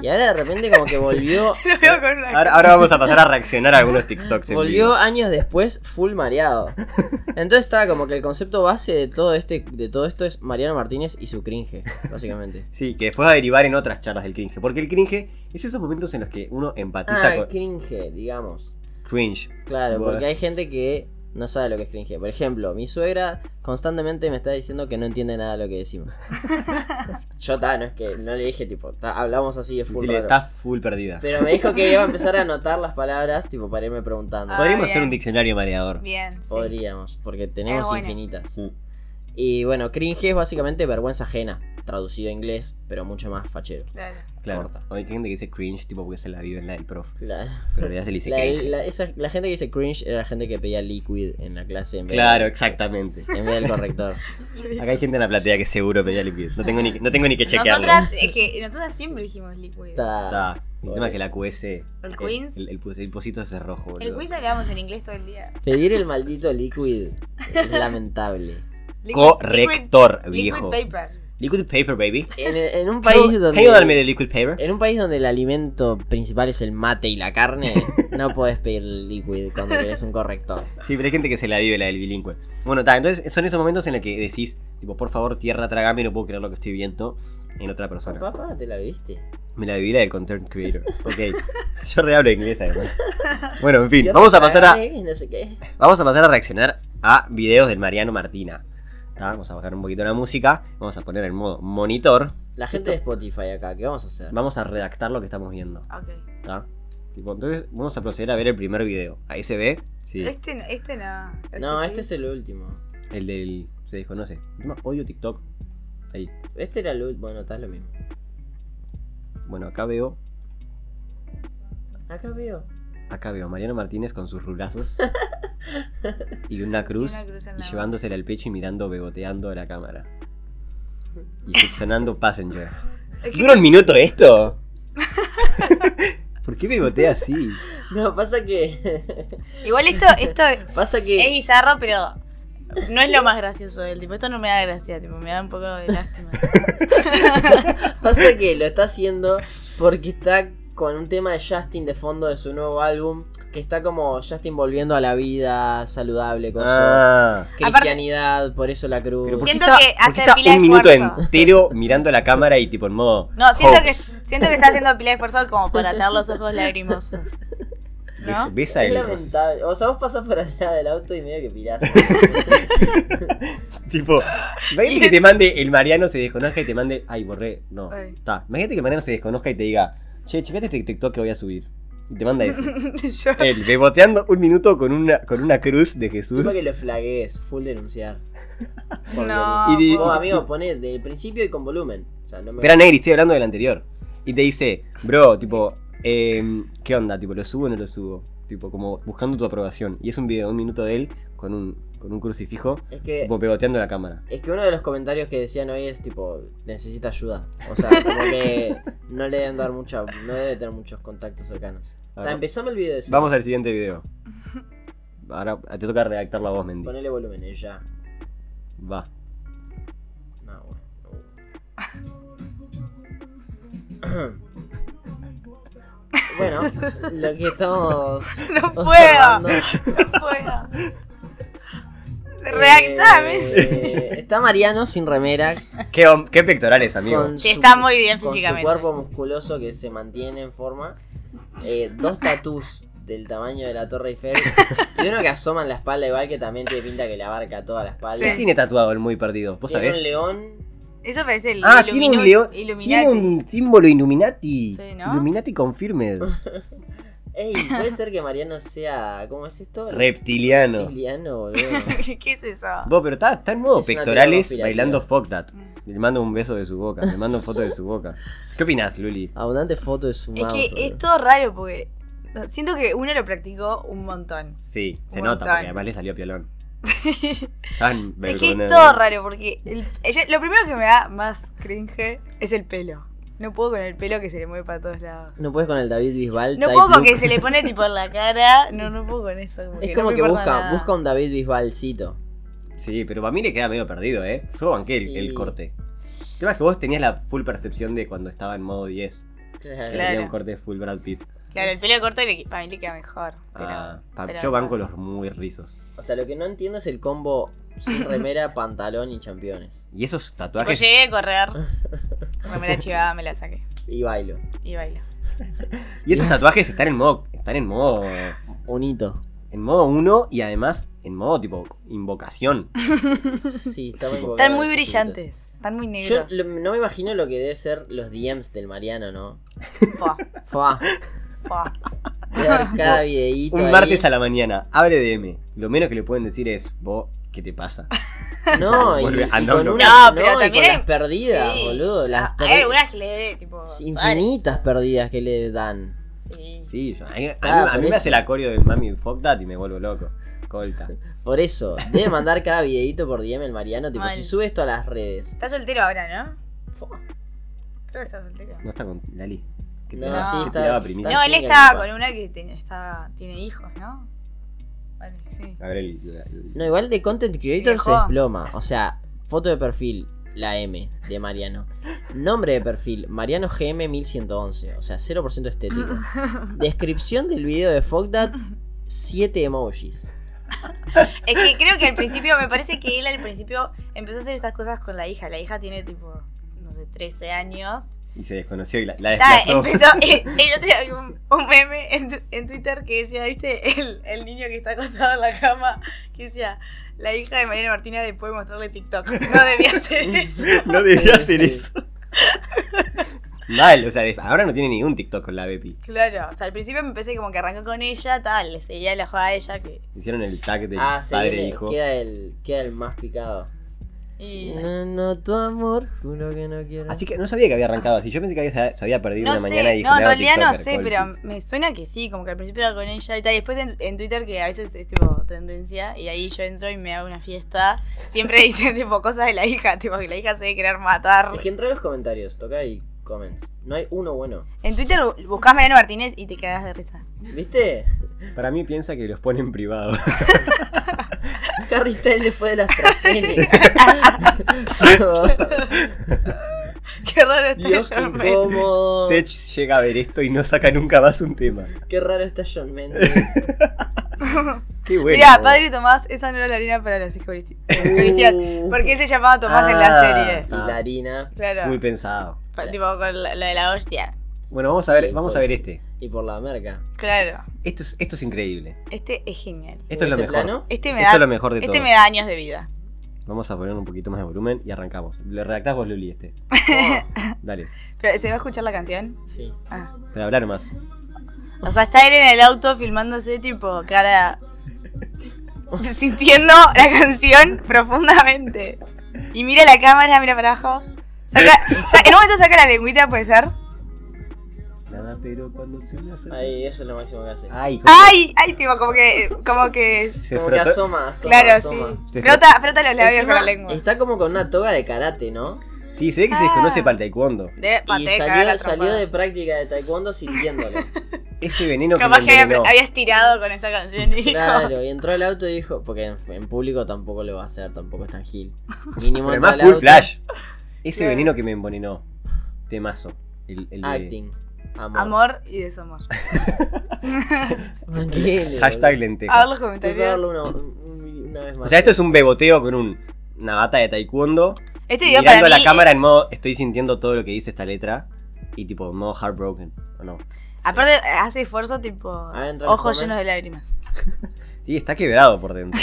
[SPEAKER 3] Y ahora de repente como que volvió,
[SPEAKER 2] Lo veo con una.
[SPEAKER 1] Ahora, ahora vamos a pasar a reaccionar a algunos TikToks. en
[SPEAKER 3] volvió
[SPEAKER 1] vivo.
[SPEAKER 3] años después full mareado. Entonces estaba como que el concepto base de todo este, de todo esto es Mariano Martínez y su cringe, básicamente.
[SPEAKER 1] Sí, que después va a derivar en otras charlas del cringe. Porque el cringe es esos momentos en los que uno empatiza
[SPEAKER 3] Ah,
[SPEAKER 1] con
[SPEAKER 3] cringe, digamos.
[SPEAKER 1] cringe.
[SPEAKER 3] Claro,
[SPEAKER 1] Bueno.
[SPEAKER 3] porque hay gente que no sabe lo que es cringe. Por ejemplo, mi suegra constantemente me está diciendo que no entiende nada de lo que decimos. Yo ta, no es que no le dije tipo, ta, hablamos así de full
[SPEAKER 1] Decirle,
[SPEAKER 3] raro.
[SPEAKER 1] está full perdida.
[SPEAKER 3] Pero me dijo que iba a empezar a anotar las palabras, tipo, para irme preguntando.
[SPEAKER 4] Ah,
[SPEAKER 1] Podríamos hacer
[SPEAKER 4] bien.
[SPEAKER 1] un diccionario mareador.
[SPEAKER 4] Bien, sí.
[SPEAKER 3] Podríamos, porque tenemos
[SPEAKER 4] Es buena.
[SPEAKER 3] infinitas.
[SPEAKER 1] Sí.
[SPEAKER 3] Y bueno, cringe es básicamente vergüenza ajena, traducido a inglés, pero mucho más fachero.
[SPEAKER 4] Claro.
[SPEAKER 1] Claro.
[SPEAKER 3] Corta.
[SPEAKER 1] O hay gente que dice cringe, tipo porque se la vive en la del prof.
[SPEAKER 3] La,
[SPEAKER 1] Pero en realidad se le dice
[SPEAKER 3] la-
[SPEAKER 1] cringe.
[SPEAKER 3] la- esa- la gente que dice cringe era la gente que pedía liquid en la clase en vez,
[SPEAKER 1] Claro, exactamente.
[SPEAKER 3] en vez del corrector.
[SPEAKER 1] Acá hay gente en la platea que seguro pedía liquid. No tengo ni, no tengo ni que chequearlo.
[SPEAKER 4] Nosotras, es que nosotras siempre dijimos liquid.
[SPEAKER 3] Está-
[SPEAKER 1] Está. El tema es que la QS.
[SPEAKER 4] ¿El Queens?
[SPEAKER 1] El, el, pu- el pusito ese rojo, boludo.
[SPEAKER 4] El quiz hablábamos en inglés todo el día.
[SPEAKER 3] Pedir el maldito liquid es lamentable.
[SPEAKER 4] Liquid-
[SPEAKER 1] Corrector,
[SPEAKER 4] liquid-
[SPEAKER 1] viejo.
[SPEAKER 4] Liquid paper.
[SPEAKER 1] Liquid paper, baby.
[SPEAKER 3] En, en un país
[SPEAKER 1] Can you-
[SPEAKER 3] donde. Eh.
[SPEAKER 1] Can you darme the liquid paper?
[SPEAKER 3] En un país donde el alimento principal es el mate y la carne, no podés pedir liquid cuando querés un corrector.
[SPEAKER 1] Sí, pero hay gente que se la vive la del bilingüe. Bueno, ta, entonces son esos momentos en los que decís, tipo, por favor, tierra, trágame, no puedo creer lo que estoy viendo en otra persona.
[SPEAKER 3] Papá, ¿te la viste?
[SPEAKER 1] Me la viví la del content creator. Ok. Yo rehablo inglés además. Bueno, en fin, vamos a pasar a,
[SPEAKER 3] No sé qué.
[SPEAKER 1] vamos a pasar a reaccionar a videos del Mariano Martina. Ta, Vamos a bajar un poquito la música, vamos a poner el modo monitor,
[SPEAKER 3] La gente de Spotify acá, ¿qué vamos a hacer?
[SPEAKER 1] vamos a redactar lo que estamos viendo.
[SPEAKER 4] Ok.
[SPEAKER 1] ta. Tipo, entonces vamos a proceder a ver el primer video. Ahí se ve, sí,
[SPEAKER 2] Este, no- este no.
[SPEAKER 3] No,
[SPEAKER 2] sí.
[SPEAKER 3] este es el último.
[SPEAKER 1] el del se desconoce. No, odio TikTok. Ahí.
[SPEAKER 3] Este era el último, bueno, está lo mismo.
[SPEAKER 1] Bueno, acá veo
[SPEAKER 3] Acá veo.
[SPEAKER 1] Acá veo a Mariano Martínez con sus rulazos y una
[SPEAKER 4] Tiene
[SPEAKER 1] cruz
[SPEAKER 4] una cruz en
[SPEAKER 1] y
[SPEAKER 4] la
[SPEAKER 1] llevándosela al pecho y mirando, beboteando a la cámara. Y sonando Passenger. ¿Dura un minuto esto? ¿Por qué bebotea así?
[SPEAKER 3] No, pasa que.
[SPEAKER 4] Igual esto, esto es
[SPEAKER 3] pasa que.
[SPEAKER 4] bizarro, pero no es lo más gracioso del tipo. Esto no me da gracia, tipo, me da un poco de lástima.
[SPEAKER 3] pasa que lo está haciendo porque está con un tema de Justin de fondo de su nuevo álbum. Que está como Justin volviendo a la vida saludable, con
[SPEAKER 1] Ah,
[SPEAKER 3] cristianidad, por eso la cruz.
[SPEAKER 1] pero ¿por qué
[SPEAKER 4] Siento
[SPEAKER 1] está,
[SPEAKER 4] que
[SPEAKER 1] por qué
[SPEAKER 4] hace
[SPEAKER 1] está
[SPEAKER 4] pila de
[SPEAKER 1] un minuto
[SPEAKER 4] esfuerzo.
[SPEAKER 1] entero mirando a la cámara y tipo en modo.
[SPEAKER 4] No, siento que,
[SPEAKER 1] hoax?
[SPEAKER 4] siento que está haciendo pila de esfuerzo como para tener los ojos lagrimosos.
[SPEAKER 1] Bes-
[SPEAKER 4] ¿No?
[SPEAKER 1] Besa
[SPEAKER 3] Es
[SPEAKER 1] el
[SPEAKER 3] lamentable. O sea, vos pasás por allá del auto y medio que pirás.
[SPEAKER 1] Tipo, imagínate que te mande el Mariano se desconozca y te mande. Ay, borré. No.
[SPEAKER 2] Ay.
[SPEAKER 1] Ta. Imagínate que el Mariano se desconozca y te diga, che, checate este TikTok que voy a subir. Y te manda eso.
[SPEAKER 2] Yo-
[SPEAKER 1] El beboteando un minuto con una, con una cruz de Jesús.
[SPEAKER 3] Tipo que lo flaguees, full denunciar. Por
[SPEAKER 2] No.
[SPEAKER 1] Y Oh, de-
[SPEAKER 3] violín. Vos, amigo, poné del principio y con volumen. O sea, no me...
[SPEAKER 1] Espera, Negri, estoy hablando del anterior. Y te dice, bro, tipo, em, ¿qué onda? Tipo, ¿lo subo o no lo subo? Tipo, como buscando tu aprobación. Y es un video, un minuto de él con un, con un crucifijo,
[SPEAKER 3] Es que,
[SPEAKER 1] tipo, pegoteando la cámara.
[SPEAKER 3] es que uno de los comentarios que decían hoy es tipo, necesita ayuda. O sea, como que no le deben dar mucha, no debe tener muchos contactos cercanos.
[SPEAKER 1] A
[SPEAKER 3] Ta,
[SPEAKER 1] ver,
[SPEAKER 3] empezame el video de eso.
[SPEAKER 1] Vamos al siguiente video. Ahora te toca redactar la voz, Mendy.
[SPEAKER 3] Ponele volumen eh, ya.
[SPEAKER 1] Va.
[SPEAKER 3] No, bueno. Bueno, lo que estamos
[SPEAKER 2] No puedo.
[SPEAKER 3] observando
[SPEAKER 2] Fuera. Reactame.
[SPEAKER 3] Eh, está Mariano sin remera.
[SPEAKER 1] ¿Qué, hom- qué pectorales, amigo.
[SPEAKER 3] Con
[SPEAKER 4] Sí,
[SPEAKER 3] su-
[SPEAKER 4] está muy bien
[SPEAKER 3] con su
[SPEAKER 4] físicamente.
[SPEAKER 3] cuerpo musculoso que se mantiene en forma. Eh, dos tatús del tamaño de la Torre Eiffel. Y uno que asoma en la espalda, igual que también tiene pinta que le abarca toda la espalda.
[SPEAKER 1] ¿Qué
[SPEAKER 3] Tiene
[SPEAKER 1] tiene tatuado el muy perdido? ¿Vos
[SPEAKER 3] un
[SPEAKER 1] sabés?
[SPEAKER 3] león.
[SPEAKER 4] Eso parece el
[SPEAKER 1] Ah, tiene un
[SPEAKER 4] Illuminu-
[SPEAKER 1] león.
[SPEAKER 4] Illuminati.
[SPEAKER 1] Tiene un símbolo Illuminati.
[SPEAKER 4] Sí, ¿no?
[SPEAKER 1] Illuminati confirmed.
[SPEAKER 3] Ey, puede ser que Mariano sea. ¿Cómo es esto?
[SPEAKER 1] Reptiliano.
[SPEAKER 3] Reptiliano, boludo.
[SPEAKER 4] ¿Qué es eso?
[SPEAKER 1] Vos, pero está, está en modo
[SPEAKER 3] Es una
[SPEAKER 1] pectorales
[SPEAKER 3] teoría
[SPEAKER 1] bailando
[SPEAKER 3] conspirativa.
[SPEAKER 1] fuck that. Le mando un beso de su boca, le mando foto de su boca. ¿Qué opinás, Luli?
[SPEAKER 3] Abundante foto de su
[SPEAKER 4] Es
[SPEAKER 3] mouth,
[SPEAKER 4] que
[SPEAKER 3] boludo.
[SPEAKER 4] es todo raro porque siento que uno lo practicó un montón.
[SPEAKER 1] Sí, se
[SPEAKER 2] Un
[SPEAKER 1] nota,
[SPEAKER 2] montón.
[SPEAKER 1] porque además le salió piolón. Tan
[SPEAKER 4] Es que es
[SPEAKER 1] vergonzoso.
[SPEAKER 4] todo raro porque el- ella- lo primero que me da más cringe es el pelo. No puedo con el pelo que se le mueve para todos lados. No,
[SPEAKER 3] No puedes con el David Bisbal. type
[SPEAKER 4] puedo con
[SPEAKER 3] look.
[SPEAKER 4] que se le pone tipo en la cara. No, no puedo con eso.
[SPEAKER 3] Es
[SPEAKER 4] no
[SPEAKER 3] como
[SPEAKER 4] me
[SPEAKER 3] que
[SPEAKER 4] importa
[SPEAKER 3] busca,
[SPEAKER 4] nada.
[SPEAKER 3] busca un David Bisbalcito.
[SPEAKER 1] Sí, pero para mí le queda medio perdido, ¿eh? Yo banqué el-
[SPEAKER 3] Sí.
[SPEAKER 1] el, corte. El tema es que vos tenías la full percepción de cuando estaba en modo 10. Que
[SPEAKER 3] Claro.
[SPEAKER 1] le tenía un
[SPEAKER 4] Claro.
[SPEAKER 1] corte full Brad Pitt.
[SPEAKER 4] Claro, el pelo corto le- para mí le queda mejor. Pero,
[SPEAKER 1] Ah, pa-
[SPEAKER 4] pero-
[SPEAKER 1] yo banco los muy rizos.
[SPEAKER 3] O sea, lo que no entiendo es el combo sin remera, pantalón y championes.
[SPEAKER 1] Y esos
[SPEAKER 4] Tipo,
[SPEAKER 1] tatuajes.
[SPEAKER 4] llegué a correr. Remera chivada, me la saqué.
[SPEAKER 3] Y bailo.
[SPEAKER 4] Y bailo.
[SPEAKER 1] Y esos tatuajes están en modo. Están en modo.
[SPEAKER 3] Un hito.
[SPEAKER 1] En modo 1 y además en modo tipo invocación.
[SPEAKER 3] Sí, está muy
[SPEAKER 4] Están
[SPEAKER 3] invocado
[SPEAKER 4] muy
[SPEAKER 3] esos
[SPEAKER 4] brillantes. Están muy
[SPEAKER 3] hititos. Yo
[SPEAKER 4] negros.
[SPEAKER 3] lo- no me imagino lo que debe ser los DMs del Mariano, ¿no?
[SPEAKER 4] Fua,
[SPEAKER 3] Fa.
[SPEAKER 4] fua.
[SPEAKER 3] Ver cada videíto.
[SPEAKER 1] Un
[SPEAKER 3] ahí.
[SPEAKER 1] martes a la mañana, abre DM. Lo menos que le pueden decir es, vos, ¿qué te pasa?
[SPEAKER 3] No, y,
[SPEAKER 1] Vuelve
[SPEAKER 3] y
[SPEAKER 1] a ah, no
[SPEAKER 3] con
[SPEAKER 1] lograr.
[SPEAKER 3] una,
[SPEAKER 4] No, pero
[SPEAKER 3] y
[SPEAKER 4] también
[SPEAKER 3] con
[SPEAKER 4] hay-
[SPEAKER 3] las perdidas,
[SPEAKER 4] sí.
[SPEAKER 3] boludo. Las
[SPEAKER 4] Ah,
[SPEAKER 3] perdi-
[SPEAKER 4] Hay algunas que le dé, tipo.
[SPEAKER 3] infinitas perdidas que le dan.
[SPEAKER 4] sale. Sí.
[SPEAKER 1] Sí, yo- a mí, a mí-
[SPEAKER 3] Ah,
[SPEAKER 1] a mí
[SPEAKER 3] por
[SPEAKER 1] me hace
[SPEAKER 3] eso.
[SPEAKER 1] el acorio del mami fuck that y me vuelvo loco. Colta.
[SPEAKER 3] Por eso, debe mandar cada videito por DM el Mariano. Tipo,
[SPEAKER 4] Mal.
[SPEAKER 3] si sube esto a las redes.
[SPEAKER 4] Está soltero ahora, ¿no? Creo que está soltero.
[SPEAKER 1] No está con Lali. Que te
[SPEAKER 3] No,
[SPEAKER 1] daba-
[SPEAKER 4] sí,
[SPEAKER 1] que te
[SPEAKER 3] está-
[SPEAKER 1] daba primicia.
[SPEAKER 4] No,
[SPEAKER 3] sí,
[SPEAKER 4] él
[SPEAKER 3] que
[SPEAKER 4] estaba
[SPEAKER 3] no.
[SPEAKER 4] con una que tiene, está, tiene hijos, ¿no? Vale, sí.
[SPEAKER 1] A ver, el- el-
[SPEAKER 3] No, igual de content creator se
[SPEAKER 4] Viejo.
[SPEAKER 3] desploma. O sea, foto de perfil, la M de Mariano. Nombre de perfil, Mariano GM1111, o sea, 0% estético. Descripción del video de Fogdat, 7 emojis.
[SPEAKER 4] Es que creo que al principio, me parece que él al principio empezó a hacer estas cosas con la hija. La hija tiene tipo, no sé, 13 años.
[SPEAKER 1] Y se desconoció y la, la
[SPEAKER 4] Ah,
[SPEAKER 1] desplazó.
[SPEAKER 4] empezó, eh, el otro día vi un, un meme en, tu- en Twitter que decía, viste, el, el niño que está acostado en la cama, que decía, la hija de Mariana Martínez después de mostrarle TikTok. No debía hacer eso.
[SPEAKER 1] no debía
[SPEAKER 3] Sí,
[SPEAKER 1] hacer
[SPEAKER 3] sí.
[SPEAKER 1] eso. Mal, o sea, de- ahora no tiene ningún TikTok con la Bepi.
[SPEAKER 4] Claro, o sea, al principio me pensé como que arrancó con ella, tal, le seguía la jugada a ella que...
[SPEAKER 1] Hicieron el tag de
[SPEAKER 3] Ah, sí,
[SPEAKER 1] padre e
[SPEAKER 3] le-
[SPEAKER 1] hijo.
[SPEAKER 3] queda el, queda el más picado.
[SPEAKER 4] y-
[SPEAKER 3] No, no, tu amor, juro que no quiero.
[SPEAKER 1] Así que no sabía que había arrancado así. Yo pensé que había- se había perdido
[SPEAKER 4] No
[SPEAKER 1] una mañana y
[SPEAKER 4] sé,
[SPEAKER 1] dijo,
[SPEAKER 4] no,
[SPEAKER 1] "Me
[SPEAKER 4] en
[SPEAKER 1] hago
[SPEAKER 4] realidad no
[SPEAKER 1] TikToker,
[SPEAKER 4] sé,
[SPEAKER 1] Colfi".
[SPEAKER 4] pero me suena que sí, como que al principio era con ella y tal. Y después en, en Twitter, que a veces es tipo tendencia, y ahí yo entro y me hago una fiesta. Siempre dicen tipo cosas de la hija, tipo que la hija se debe querer matar.
[SPEAKER 3] Es que entra en los comentarios, toca y comments. No hay uno bueno.
[SPEAKER 4] En Twitter bu- buscás Mariano Martínez y te cagas de risa.
[SPEAKER 3] ¿Viste?
[SPEAKER 1] Para mí piensa que los pone en privado.
[SPEAKER 3] Harry Styles después de la AstraZeneca.
[SPEAKER 4] Qué raro este está
[SPEAKER 3] Dios, qué
[SPEAKER 4] John Mayer.
[SPEAKER 3] incómodo.
[SPEAKER 1] Sech llega a ver esto y no saca nunca más un tema.
[SPEAKER 3] Qué raro está John Mendes.
[SPEAKER 1] Qué bueno.
[SPEAKER 2] Mirá, padre Tomás, esa no era la harina para las eucaristi- eucaristías.
[SPEAKER 3] Uh,
[SPEAKER 2] Porque él se llamaba Tomás en la
[SPEAKER 1] Ah.
[SPEAKER 2] serie.
[SPEAKER 3] Y la harina.
[SPEAKER 1] Muy
[SPEAKER 2] Claro.
[SPEAKER 1] pensado.
[SPEAKER 4] Pa- Tipo con la- lo de la hostia.
[SPEAKER 1] Bueno, vamos a ver,
[SPEAKER 3] Sí,
[SPEAKER 1] vamos a
[SPEAKER 3] por-
[SPEAKER 1] ver este.
[SPEAKER 3] Y por la merca.
[SPEAKER 2] Claro.
[SPEAKER 1] Esto es, esto es increíble.
[SPEAKER 4] Este es genial.
[SPEAKER 1] Esto es lo
[SPEAKER 3] ¿Ese
[SPEAKER 1] mejor.
[SPEAKER 3] plano?
[SPEAKER 4] Este me
[SPEAKER 1] Esto es lo
[SPEAKER 4] da,
[SPEAKER 1] mejor de
[SPEAKER 4] este
[SPEAKER 1] todo.
[SPEAKER 4] me da años de vida.
[SPEAKER 1] Vamos a poner un poquito más de volumen y arrancamos. Lo redactás vos, Luli, este. Dale.
[SPEAKER 4] Pero, ¿Se va a escuchar la canción?
[SPEAKER 3] Sí.
[SPEAKER 4] Ah.
[SPEAKER 1] Para hablar más.
[SPEAKER 4] O sea, está él en el auto filmándose tipo cara... Sintiendo la canción profundamente. Y mira la cámara, mira para abajo. Saca, sa- en un momento saca la lengüita, puede ser.
[SPEAKER 1] Nada, pero cuando se me hace.
[SPEAKER 3] Ahí, eso es lo máximo que hace.
[SPEAKER 1] Ay, cómo-
[SPEAKER 4] ¡Ay! ¡Ay! Tipo, como que... Como que...
[SPEAKER 1] Ah, se
[SPEAKER 3] Como que
[SPEAKER 1] frotó.
[SPEAKER 3] asoma, asoma,
[SPEAKER 4] Claro, sí.
[SPEAKER 3] asoma.
[SPEAKER 1] Se
[SPEAKER 4] Frota, frota los labios
[SPEAKER 3] Encima,
[SPEAKER 4] con la lengua.
[SPEAKER 3] Está como con una toga de karate, ¿no?
[SPEAKER 1] Sí, se ve que se desconoce
[SPEAKER 4] Ah.
[SPEAKER 1] para el taekwondo.
[SPEAKER 4] De
[SPEAKER 3] y
[SPEAKER 4] pateca,
[SPEAKER 3] salió, salió de práctica de taekwondo sintiéndolo.
[SPEAKER 1] Ese veneno que
[SPEAKER 4] Capaz
[SPEAKER 1] me
[SPEAKER 4] que había,
[SPEAKER 1] envenenó.
[SPEAKER 4] había estirado con esa canción y dijo...
[SPEAKER 3] claro, y entró al auto y dijo, porque en, en público tampoco lo va a hacer, tampoco es tan gil. Mínimo
[SPEAKER 1] Pero
[SPEAKER 3] entra
[SPEAKER 1] además
[SPEAKER 3] al
[SPEAKER 1] full
[SPEAKER 3] auto,
[SPEAKER 1] flash. Ese
[SPEAKER 4] Claro.
[SPEAKER 1] veneno que me envenenó. Temazo. El, el de-
[SPEAKER 3] Acting. Amor.
[SPEAKER 4] Amor y desamor.
[SPEAKER 3] Tranquilo,
[SPEAKER 1] Hashtag
[SPEAKER 3] boludo.
[SPEAKER 1] lentejas.
[SPEAKER 4] A ver los
[SPEAKER 3] Tengo que darlo
[SPEAKER 4] comentarios.
[SPEAKER 3] una, un- una vez más.
[SPEAKER 1] O sea, esto es un beboteo con un, una bata de taekwondo.
[SPEAKER 4] Este video
[SPEAKER 1] mirando a
[SPEAKER 4] para
[SPEAKER 1] la
[SPEAKER 4] mí...
[SPEAKER 1] cámara en modo estoy sintiendo todo lo que dice esta letra. Y tipo, en modo heartbroken. ¿O no?
[SPEAKER 4] Aparte, hace esfuerzo tipo...
[SPEAKER 3] ver, entra el
[SPEAKER 4] Ojos
[SPEAKER 3] comer.
[SPEAKER 4] llenos de lágrimas.
[SPEAKER 1] Sí, está quebrado por dentro.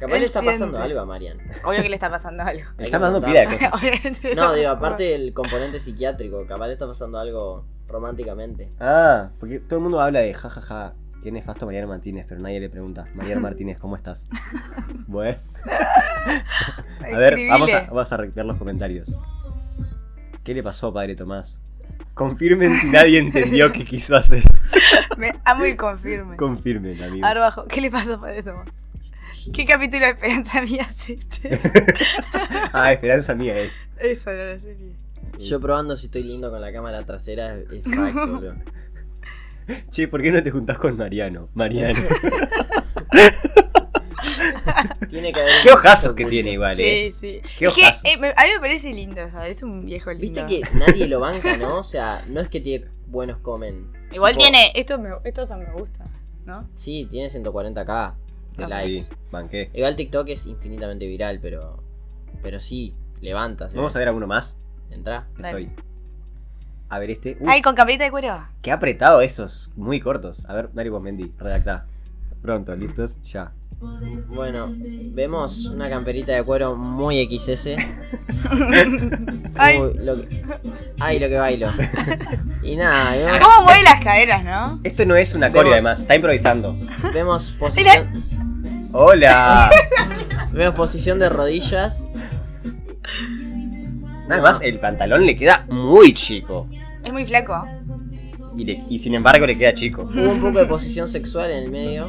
[SPEAKER 3] Capaz
[SPEAKER 4] él
[SPEAKER 3] le está pasando
[SPEAKER 4] siente.
[SPEAKER 3] algo a Marian.
[SPEAKER 4] Obvio que le está pasando algo.
[SPEAKER 1] Me
[SPEAKER 3] Hay
[SPEAKER 1] está
[SPEAKER 3] que
[SPEAKER 1] pasando
[SPEAKER 3] contarlo.
[SPEAKER 1] pila de cosas.
[SPEAKER 4] Obviamente.
[SPEAKER 3] No, digo, aparte del componente psiquiátrico, capaz le está pasando algo románticamente.
[SPEAKER 1] Ah, porque todo el mundo habla de jajaja. Ja, ja, qué nefasto Mariano Martínez, pero nadie le pregunta. Mariano Martínez, ¿cómo estás? Bueno, a ver, vamos a, vamos a ver los comentarios. ¿Qué le pasó, padre Tomás? Confirmen si nadie entendió qué quiso hacer.
[SPEAKER 2] Me amo y confirme.
[SPEAKER 1] Confirmen, amigos.
[SPEAKER 2] Ahora abajo, ¿qué le pasó Padre Tomás?
[SPEAKER 4] ¿Qué capítulo de Esperanza Mía es este?
[SPEAKER 1] Ah, esperanza mía es.
[SPEAKER 2] Eso era la serie.
[SPEAKER 3] Yo probando si estoy lindo con la cámara trasera es, es fax, boludo.
[SPEAKER 1] Che, ¿por qué no te juntás con Mariano? Mariano.
[SPEAKER 3] Tiene que haber un
[SPEAKER 1] Qué ojazos
[SPEAKER 3] proceso
[SPEAKER 1] que
[SPEAKER 3] oculto.
[SPEAKER 1] tiene igual, eh.
[SPEAKER 4] Sí, sí.
[SPEAKER 1] Qué
[SPEAKER 4] es que
[SPEAKER 1] ojazos.
[SPEAKER 4] eh, me- a mí me parece lindo, o sea, es un viejo lindo.
[SPEAKER 3] Viste que nadie lo banca, ¿no? O sea, no es que tiene buenos comen.
[SPEAKER 4] Igual
[SPEAKER 3] Tipo,
[SPEAKER 4] tiene.
[SPEAKER 2] Esto me, esto hasta me gusta, ¿no?
[SPEAKER 3] Sí, tiene 140k de
[SPEAKER 4] Ah,
[SPEAKER 3] likes.
[SPEAKER 1] Sí, banqué.
[SPEAKER 3] Igual TikTok es infinitamente viral, pero. Pero sí, levantas.
[SPEAKER 1] Vamos a ver alguno más.
[SPEAKER 3] Entra.
[SPEAKER 4] Dale.
[SPEAKER 1] Estoy. A ver este. Uf,
[SPEAKER 4] Ay, con camperita de cuero.
[SPEAKER 1] qué apretado esos. Muy cortos. A ver, Mario Mendy, redactá. Pronto, listos, ya.
[SPEAKER 3] Bueno, vemos una camperita de cuero muy XS.
[SPEAKER 2] Ay.
[SPEAKER 3] Uy, lo que- ay, lo que bailo. Y nada, vemos,
[SPEAKER 4] ¿Cómo mueve las caderas, no?
[SPEAKER 1] Esto no es una
[SPEAKER 3] Vemos.
[SPEAKER 1] coreo además, está improvisando.
[SPEAKER 4] Ah.
[SPEAKER 3] vemos posición,
[SPEAKER 1] ¡Hola!
[SPEAKER 3] vemos posición de rodillas.
[SPEAKER 1] Nada más, el pantalón le queda muy chico.
[SPEAKER 4] Es muy flaco.
[SPEAKER 1] Y, le- y sin embargo le queda chico.
[SPEAKER 3] Hubo un poco de posición sexual en el medio.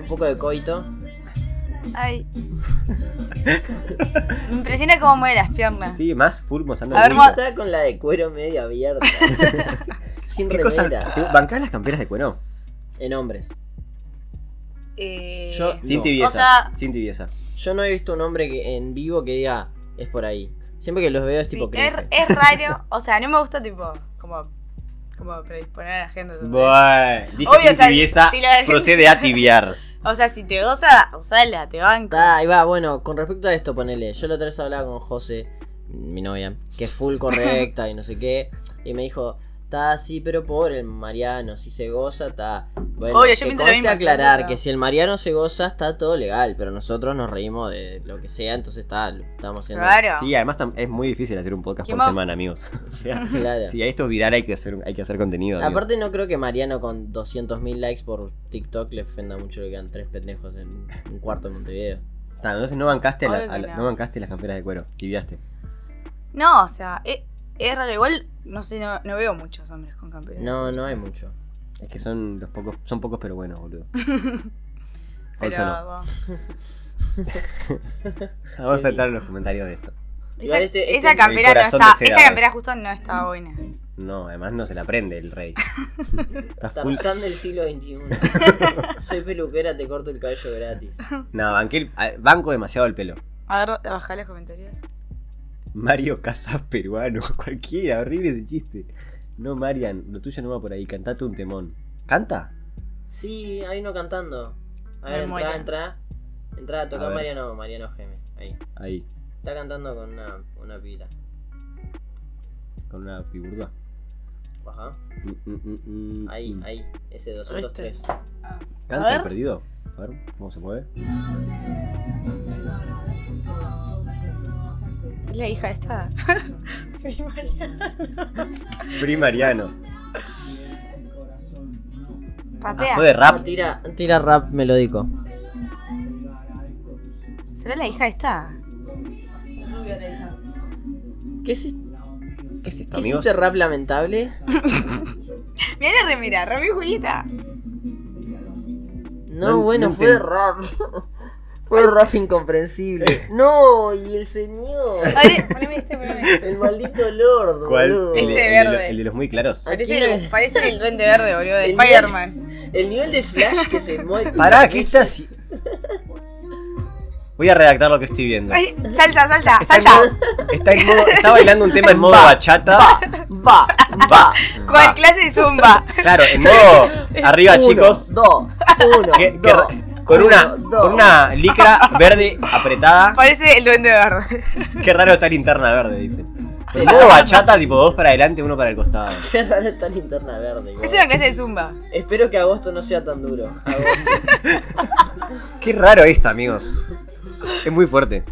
[SPEAKER 3] Un poco de coito.
[SPEAKER 4] Ay. Me impresiona cómo mueve las piernas.
[SPEAKER 1] Sí, más full mostrando
[SPEAKER 4] A ver,
[SPEAKER 1] el
[SPEAKER 4] mo-
[SPEAKER 1] bulto.
[SPEAKER 3] Estaba con la de cuero medio abierta. Sin
[SPEAKER 1] ¿Qué cosas?
[SPEAKER 3] remera.
[SPEAKER 1] ¿Te ¿Bancás las camperas de cuero?
[SPEAKER 3] En hombres.
[SPEAKER 4] Eh,
[SPEAKER 3] Yo-
[SPEAKER 1] Sin
[SPEAKER 3] No.
[SPEAKER 1] tibieza.
[SPEAKER 4] O sea-
[SPEAKER 1] Sin tibieza.
[SPEAKER 3] Yo no he visto un hombre que- en vivo que diga, Es por ahí. Siempre que los veo es tipo
[SPEAKER 4] Sí, es,
[SPEAKER 3] cringe.
[SPEAKER 4] es raro, o sea, no me gusta tipo como, como predisponer a la gente. ¿entendés?
[SPEAKER 1] Buah, Dije
[SPEAKER 4] Obvio,
[SPEAKER 1] sin
[SPEAKER 4] o sea,
[SPEAKER 1] tibieza,
[SPEAKER 4] si la-
[SPEAKER 1] procede a tibiar.
[SPEAKER 4] O sea, si te goza, usala, te banco.
[SPEAKER 3] Ah, ahí va, bueno, con respecto a esto, ponele. Yo la otra vez hablaba con José, mi novia, que es full correcta y no sé qué. Y me dijo, está sí, pero pobre el Mariano, si se goza, está. Bueno,
[SPEAKER 4] Obvio, yo
[SPEAKER 3] que
[SPEAKER 4] pienso lo
[SPEAKER 3] conste
[SPEAKER 4] mismo,
[SPEAKER 3] aclarar
[SPEAKER 4] sí, sí,
[SPEAKER 3] que
[SPEAKER 4] sí.
[SPEAKER 3] si el Mariano se goza, está todo legal, pero nosotros nos reímos de lo que sea, entonces está, lo estamos haciendo.
[SPEAKER 4] Raro.
[SPEAKER 1] Sí, además tam- es muy difícil hacer un podcast
[SPEAKER 4] ¿Qué
[SPEAKER 1] por
[SPEAKER 4] más?
[SPEAKER 1] semana, amigos. O sea,
[SPEAKER 3] Claro.
[SPEAKER 1] si a esto es viral hay que hacer, hay que hacer contenido. amigos.
[SPEAKER 3] Aparte no creo que Mariano con 200.000 likes por TikTok le ofenda mucho lo que dan tres pendejos en un cuarto de Montevideo.
[SPEAKER 1] Ah, entonces no bancaste, la-
[SPEAKER 4] Obvio que
[SPEAKER 1] a la-
[SPEAKER 4] no.
[SPEAKER 1] no bancaste las camperas de cuero, tibiaste.
[SPEAKER 4] No, o sea, es, es raro. Igual, no sé, no, no veo muchos hombres con campera.
[SPEAKER 3] No, no hay mucho.
[SPEAKER 1] Es que son los pocos, son pocos pero buenos, boludo.
[SPEAKER 4] pero.
[SPEAKER 1] Olson,
[SPEAKER 4] bueno.
[SPEAKER 1] Vamos a saltar los comentarios de esto.
[SPEAKER 4] Esa,
[SPEAKER 3] Igual este-
[SPEAKER 4] esa
[SPEAKER 3] este-
[SPEAKER 4] campera
[SPEAKER 1] el
[SPEAKER 4] no
[SPEAKER 1] corazón
[SPEAKER 4] está.
[SPEAKER 1] deseado.
[SPEAKER 4] Esa campera justo no está buena.
[SPEAKER 1] No, además no se la prende el rey. Está full-
[SPEAKER 3] Tarzán del siglo XXI. Soy peluquera, te corto el cabello gratis.
[SPEAKER 1] No, banqué el- a- banco demasiado el pelo.
[SPEAKER 4] A ver, bajá los comentarios.
[SPEAKER 1] Mario Casas peruano, cualquiera, horrible ese chiste. No, Marian, lo tuyo no va por ahí, cantate un temón. ¿Canta?
[SPEAKER 3] Sí, ahí no cantando. A
[SPEAKER 4] Me
[SPEAKER 3] ver,
[SPEAKER 4] muero.
[SPEAKER 3] entra, entra. Entra,
[SPEAKER 1] A
[SPEAKER 3] toca
[SPEAKER 1] ver.
[SPEAKER 3] Mariano, Mariano Geme. Ahí.
[SPEAKER 1] Ahí,
[SPEAKER 3] Está cantando con una, una pibita.
[SPEAKER 1] con una piburda.
[SPEAKER 3] Baja.
[SPEAKER 1] Mm, mm, mm, mm,
[SPEAKER 3] Ahí,
[SPEAKER 1] mm.
[SPEAKER 3] ahí. Ese 203.
[SPEAKER 1] ¿Canta
[SPEAKER 4] A
[SPEAKER 1] el
[SPEAKER 4] ver.
[SPEAKER 1] perdido? A ver, ¿cómo se mueve?
[SPEAKER 4] Es la hija esta. Primaria.
[SPEAKER 1] Primariano.
[SPEAKER 4] Rapea.
[SPEAKER 1] Fue de
[SPEAKER 3] Ah,
[SPEAKER 1] rap.
[SPEAKER 3] tira, tira rap melódico.
[SPEAKER 4] ¿Será la hija esta?
[SPEAKER 3] ¿Qué es, este-
[SPEAKER 1] ¿Qué es esto,
[SPEAKER 3] ¿qué es
[SPEAKER 1] amigos?
[SPEAKER 3] este rap lamentable?
[SPEAKER 4] Mira la remera, Romeo y Julieta.
[SPEAKER 3] No,
[SPEAKER 1] No-
[SPEAKER 3] bueno,
[SPEAKER 1] no
[SPEAKER 3] fue de
[SPEAKER 1] enten-
[SPEAKER 3] rap. fue de rap
[SPEAKER 1] Eh.
[SPEAKER 3] incomprensible. No, y el señor.
[SPEAKER 4] A ver, poneme este, poneme este.
[SPEAKER 3] El maldito lord,
[SPEAKER 1] ¿Cuál?
[SPEAKER 3] boludo.
[SPEAKER 1] El, de-
[SPEAKER 4] Este
[SPEAKER 1] el de lo-
[SPEAKER 4] verde.
[SPEAKER 1] el de los muy claros.
[SPEAKER 4] Parece
[SPEAKER 3] Aquí
[SPEAKER 4] el, parece el duende verde, boludo, de
[SPEAKER 3] El
[SPEAKER 4] Spider-Man.
[SPEAKER 3] El nivel de flash que se mueve.
[SPEAKER 1] Pará, que esta sí- Voy a redactar lo que estoy viendo.
[SPEAKER 4] Ay, Salsa, salsa,
[SPEAKER 1] Está, en
[SPEAKER 4] salsa.
[SPEAKER 1] modo- está en modo- está bailando un tema en modo
[SPEAKER 3] Va,
[SPEAKER 1] bachata.
[SPEAKER 3] Va, va.
[SPEAKER 4] ¿Cuál clase de zumba?
[SPEAKER 1] Claro, en modo arriba,
[SPEAKER 3] Uno,
[SPEAKER 1] chicos.
[SPEAKER 3] Dos, uno,
[SPEAKER 1] que- que-
[SPEAKER 3] dos.
[SPEAKER 1] con una,
[SPEAKER 3] uno, dos.
[SPEAKER 1] con una licra verde apretada.
[SPEAKER 4] Parece el duende verde.
[SPEAKER 1] Qué raro estar interna verde, dice. En modo bachata, tipo dos para adelante, uno para el costado.
[SPEAKER 3] Qué raro esta linterna verde.
[SPEAKER 4] Es
[SPEAKER 3] boludo.
[SPEAKER 4] una clase de zumba.
[SPEAKER 3] Espero que agosto no sea tan duro. Agosto.
[SPEAKER 1] Qué raro esto, amigos. Es muy fuerte.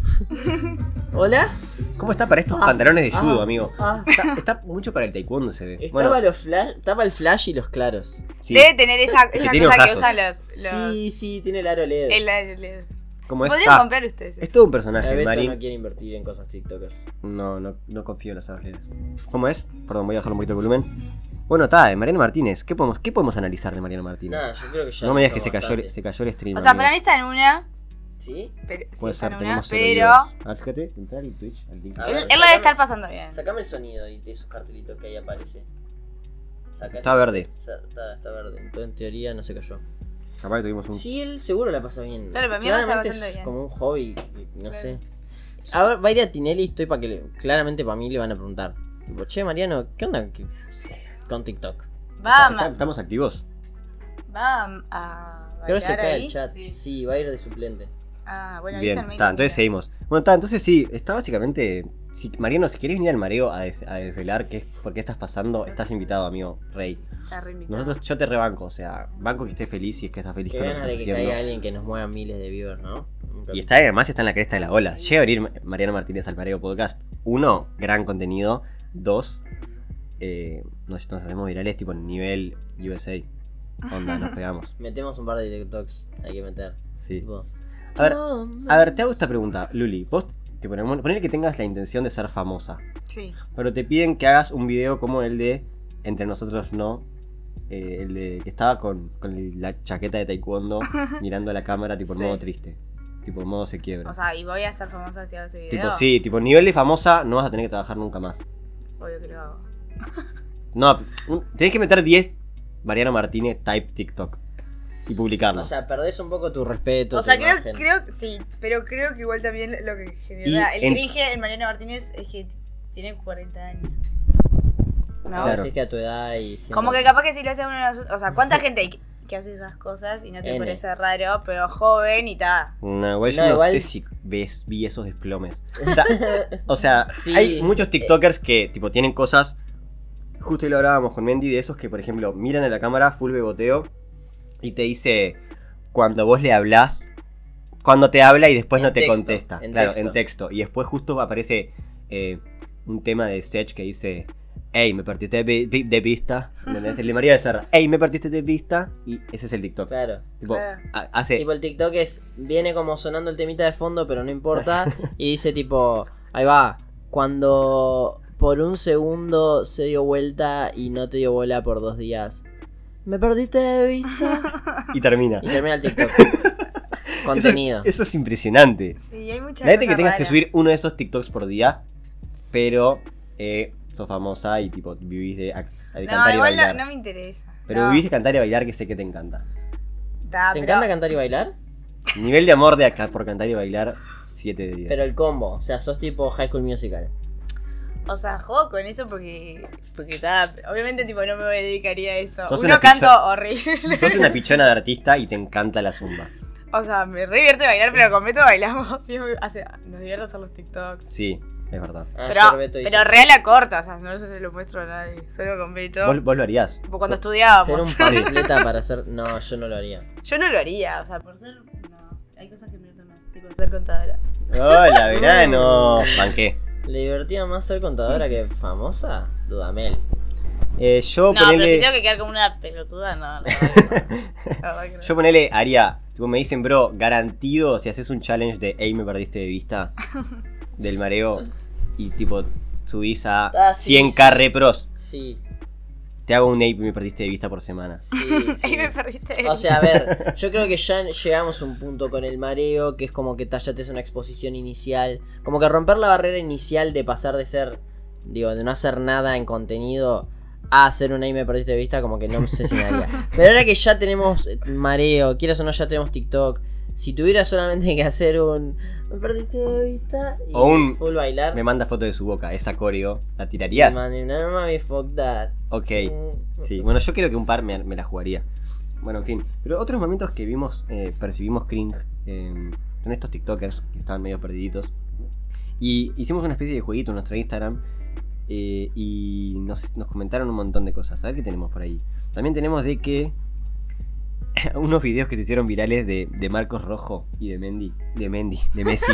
[SPEAKER 3] ¿Hola?
[SPEAKER 1] ¿Cómo está para estos
[SPEAKER 3] Ah,
[SPEAKER 1] pantalones de
[SPEAKER 3] ah,
[SPEAKER 1] judo, amigo?
[SPEAKER 3] Ah.
[SPEAKER 1] Está, está mucho para el taekwondo, se ve.
[SPEAKER 3] Estaba,
[SPEAKER 1] Bueno,
[SPEAKER 3] los flash, estaba el flash y los claros.
[SPEAKER 1] sí,
[SPEAKER 4] Debe tener esa, esa
[SPEAKER 1] tiene
[SPEAKER 4] cosa que
[SPEAKER 1] ojazos.
[SPEAKER 4] usan los. los
[SPEAKER 3] Sí, sí, tiene el aro LED.
[SPEAKER 4] el- el- el-
[SPEAKER 1] como es.
[SPEAKER 4] Podrían
[SPEAKER 1] ah,
[SPEAKER 4] comprar ustedes.
[SPEAKER 1] es todo un
[SPEAKER 3] La
[SPEAKER 1] personaje,
[SPEAKER 3] Beto
[SPEAKER 1] Marín.
[SPEAKER 3] no quiere invertir en cosas TikTokers.
[SPEAKER 1] No, no, no confío en los adoles. ¿Cómo es? Perdón, voy a bajar un poquito el volumen. Bueno, está, de Mariano Martínez. ¿Qué podemos, qué podemos analizar de Mariano Martínez?
[SPEAKER 3] Nada, yo creo que ya.
[SPEAKER 1] no me digas
[SPEAKER 3] lo
[SPEAKER 1] que se cayó, el-
[SPEAKER 3] bastante.
[SPEAKER 1] se cayó el stream.
[SPEAKER 4] O sea,
[SPEAKER 1] amigo.
[SPEAKER 4] para mí está en una.
[SPEAKER 3] ¿Sí?
[SPEAKER 4] Pero, sí,
[SPEAKER 1] Puede
[SPEAKER 4] está
[SPEAKER 1] ser,
[SPEAKER 4] en una,
[SPEAKER 1] tenemos cero
[SPEAKER 4] pero.
[SPEAKER 1] videos. Ah, fíjate, entrar al Twitch, al link.
[SPEAKER 3] A
[SPEAKER 4] Él,
[SPEAKER 3] ver,
[SPEAKER 4] él la debe
[SPEAKER 3] sacame-
[SPEAKER 4] estar pasando bien.
[SPEAKER 3] Sacame el sonido y de esos cartelitos que ahí aparece. Saca
[SPEAKER 1] Está verde.
[SPEAKER 3] Sa- Está, está verde. Entonces, en teoría no se cayó.
[SPEAKER 1] Capaz que tuvimos un...
[SPEAKER 3] Sí, él seguro la pasa bien.
[SPEAKER 4] Claro, para mí la pasa
[SPEAKER 3] Claramente
[SPEAKER 4] bastante
[SPEAKER 3] es
[SPEAKER 4] bien.
[SPEAKER 3] como un hobby, que- no
[SPEAKER 4] Claro.
[SPEAKER 3] sé. A ver, va a ir a Tinelli, estoy para que le- claramente para mí le van a preguntar. Tipo, che, Mariano, ¿qué onda que- con TikTok?
[SPEAKER 4] Va,
[SPEAKER 1] Está-
[SPEAKER 4] ma-
[SPEAKER 1] Estamos activos.
[SPEAKER 4] va a.
[SPEAKER 3] Creo que se
[SPEAKER 4] bailar
[SPEAKER 3] cae
[SPEAKER 4] ahí.
[SPEAKER 3] el chat. Sí. va a ir de suplente.
[SPEAKER 4] Ah, bueno,
[SPEAKER 1] Bien,
[SPEAKER 4] avísame y
[SPEAKER 1] está,
[SPEAKER 4] lo
[SPEAKER 1] entonces
[SPEAKER 4] miro.
[SPEAKER 1] seguimos. Bueno, está, entonces sí, está básicamente... Si, Mariano, si querés venir al mareo a, des- a desvelar qué, es- por qué estás pasando, estás invitado, amigo, rey.
[SPEAKER 4] Está reinvitado.
[SPEAKER 1] Nosotros, yo te rebanco, o sea, banco que estés feliz si es que estás feliz
[SPEAKER 3] Qué
[SPEAKER 1] con lo que
[SPEAKER 3] ganas
[SPEAKER 1] estás
[SPEAKER 3] de que
[SPEAKER 1] haciendo.
[SPEAKER 3] caiga alguien que nos mueva miles de viewers, ¿no?
[SPEAKER 1] Y está, además está en la cresta de la ola. Llega a venir Mariano Martínez al Mareo Podcast. Uno, gran contenido. Dos, eh, nos, nos hacemos virales tipo nivel USA. Onda, nos pegamos.
[SPEAKER 3] Metemos un par de TikToks, hay que meter.
[SPEAKER 1] Sí.
[SPEAKER 3] Tipo,
[SPEAKER 1] A ver,
[SPEAKER 3] "Oh,
[SPEAKER 1] a ver, te hago esta pregunta, Luli. Vos, te ponemos, ponele que tengas la intención de ser famosa,
[SPEAKER 4] Sí.
[SPEAKER 1] pero te piden que hagas un video como el de Entre nosotros no. eh, el de que estaba con, con el- la chaqueta de taekwondo mirando a la cámara, tipo en
[SPEAKER 4] Sí.
[SPEAKER 1] modo triste. Tipo en modo se quiebra.
[SPEAKER 4] O sea, y voy a ser famosa si hago ese video.
[SPEAKER 1] tipo, sí, tipo nivel de famosa no vas a tener que trabajar nunca más.
[SPEAKER 4] Obvio que lo hago.
[SPEAKER 1] No, un- tenés que meter 10 Mariano Martínez type TikTok. y publicarlo.
[SPEAKER 3] O sea, perdés un poco tu respeto.
[SPEAKER 4] O sea,
[SPEAKER 3] tu
[SPEAKER 4] creo,
[SPEAKER 3] imagen.
[SPEAKER 4] creo, sí, pero creo que igual también lo que genera
[SPEAKER 1] Y
[SPEAKER 4] el
[SPEAKER 1] en-
[SPEAKER 4] cringe en Mariana Martínez es que t- tiene 40 años.
[SPEAKER 2] No,
[SPEAKER 3] Claro,
[SPEAKER 1] Claro.
[SPEAKER 3] si es que a tu edad y siendo-
[SPEAKER 4] Como que capaz que si lo hace uno de nosotros, o sea, ¿cuánta gente hay que, que hace esas cosas y no te
[SPEAKER 3] N.
[SPEAKER 4] parece raro, pero joven y ta?
[SPEAKER 1] No, igual yo
[SPEAKER 3] No,
[SPEAKER 1] no
[SPEAKER 3] igual-
[SPEAKER 1] sé si ves, vi esos desplomes. O sea, o sea,
[SPEAKER 3] Sí.
[SPEAKER 1] hay muchos TikTokers que tipo tienen cosas. Justo hoy lo hablábamos con Mendy de esos que, por ejemplo, miran a la cámara, full beboteo, y te dice cuando vos le hablás, cuando te habla y después
[SPEAKER 3] En
[SPEAKER 1] no te
[SPEAKER 3] texto,
[SPEAKER 1] contesta.
[SPEAKER 3] en
[SPEAKER 1] claro,
[SPEAKER 3] texto.
[SPEAKER 1] en texto. Y después justo aparece eh, un tema de Sech que dice. Ey, me partiste de, vi- de vista. ¿entendés? El de María Becerra. Ey, me partiste de vista. Y ese es el TikTok.
[SPEAKER 3] Claro.
[SPEAKER 1] Tipo,
[SPEAKER 4] Claro.
[SPEAKER 1] ha- hace.
[SPEAKER 3] Tipo, el TikTok es. Viene como sonando el temita de fondo, pero no importa. y dice, tipo. Ahí va. Cuando por un segundo se dio vuelta y no te dio bola por dos días. Me perdiste de vista.
[SPEAKER 1] y termina.
[SPEAKER 3] Y termina el TikTok. Contenido.
[SPEAKER 1] Eso, eso es impresionante.
[SPEAKER 4] Sí, hay mucha
[SPEAKER 1] Imagínate
[SPEAKER 4] cosa
[SPEAKER 1] que tengas que
[SPEAKER 4] rara.
[SPEAKER 1] subir uno de esos TikToks por día, pero eh, sos famosa y tipo vivís de, ac- de
[SPEAKER 4] No,
[SPEAKER 1] cantar y
[SPEAKER 4] igual no,
[SPEAKER 1] bailar.
[SPEAKER 4] no me interesa.
[SPEAKER 1] Pero
[SPEAKER 4] no.
[SPEAKER 1] vivís de cantar y bailar que sé que te encanta.
[SPEAKER 4] Ta,
[SPEAKER 1] ah,
[SPEAKER 3] ¿Te
[SPEAKER 4] pero-
[SPEAKER 3] encanta cantar y bailar?
[SPEAKER 1] Nivel de amor de acá por cantar y bailar, 7 de 10.
[SPEAKER 3] Pero el combo. O sea, sos tipo High School Musical.
[SPEAKER 4] O sea, juego con eso porque. Porque ta, Obviamente, tipo, no me dedicaría a eso.
[SPEAKER 1] Sos
[SPEAKER 4] Uno
[SPEAKER 1] una
[SPEAKER 4] canto
[SPEAKER 1] picha-
[SPEAKER 4] horrible.
[SPEAKER 1] Sos una pichona de artista y te encanta la zumba.
[SPEAKER 4] O sea, me re divierte bailar, pero con Beto bailamos. y es muy- hace- nos divierte hacer los TikToks.
[SPEAKER 1] Sí, es verdad.
[SPEAKER 3] Ayer
[SPEAKER 4] Pero,
[SPEAKER 3] Beto hizo-
[SPEAKER 4] pero re a la corta, o sea, no se lo muestro a nadie, solo con Beto.
[SPEAKER 1] ¿Vos, vos lo harías.
[SPEAKER 4] Tipo cuando
[SPEAKER 3] Ser
[SPEAKER 4] estudiábamos.
[SPEAKER 3] un panfleta para hacer. No, yo no lo haría.
[SPEAKER 4] Yo no lo haría, o sea, por ser. No, hay cosas que me gustan más, tipo ser contadora.
[SPEAKER 1] ¡Hola, verano! Banqué.
[SPEAKER 3] ¿Le divertía más ser contadora que famosa? Dudamel.
[SPEAKER 1] Eh, yo
[SPEAKER 4] No, pero si
[SPEAKER 1] ponele.
[SPEAKER 4] tengo que quedar como una pelotuda, no, no. La verdad que no.
[SPEAKER 1] Yo ponele, haría, tipo, me dicen, bro, garantido, si haces un challenge de, hey, me perdiste de vista, del mareo, y tipo, subís a
[SPEAKER 3] Ah, sí,
[SPEAKER 1] 100k
[SPEAKER 3] sí.
[SPEAKER 1] repros,
[SPEAKER 3] Sí,
[SPEAKER 1] te hago un hey, me perdiste de vista por semana.
[SPEAKER 3] sí,
[SPEAKER 4] Ahí
[SPEAKER 3] sí.
[SPEAKER 4] me perdiste.
[SPEAKER 3] O sea, a ver, yo creo que ya llegamos a un punto con el mareo, que es como que Tallate es una exposición inicial. Como que romper la barrera inicial de pasar de ser, digo, de no hacer nada en contenido a hacer un ahí me perdiste de vista, como que no sé si me haría. Pero ahora que ya tenemos eh, mareo, quieras o no, ya tenemos TikTok. Si tuviera solamente que hacer un me perdiste de vista y
[SPEAKER 1] O un-
[SPEAKER 3] full bailar,
[SPEAKER 1] Me manda foto de su boca, esa coreo, ¿la
[SPEAKER 3] me
[SPEAKER 1] tirarías?
[SPEAKER 3] mandé una mami fuck that.
[SPEAKER 1] Ok,
[SPEAKER 3] Mm.
[SPEAKER 1] sí, bueno, yo creo que un par me, me la jugaría. Bueno, en fin, pero otros momentos que vimos, eh, percibimos cringe, eh, son estos TikTokers que estaban medio perdiditos. Y hicimos una especie de jueguito en nuestro Instagram. eh, y nos, nos comentaron un montón de cosas. A ver qué tenemos por ahí. También tenemos de que. unos videos que se hicieron virales de, de Marcos Rojo y de Mendy. De Mendy, de Messi.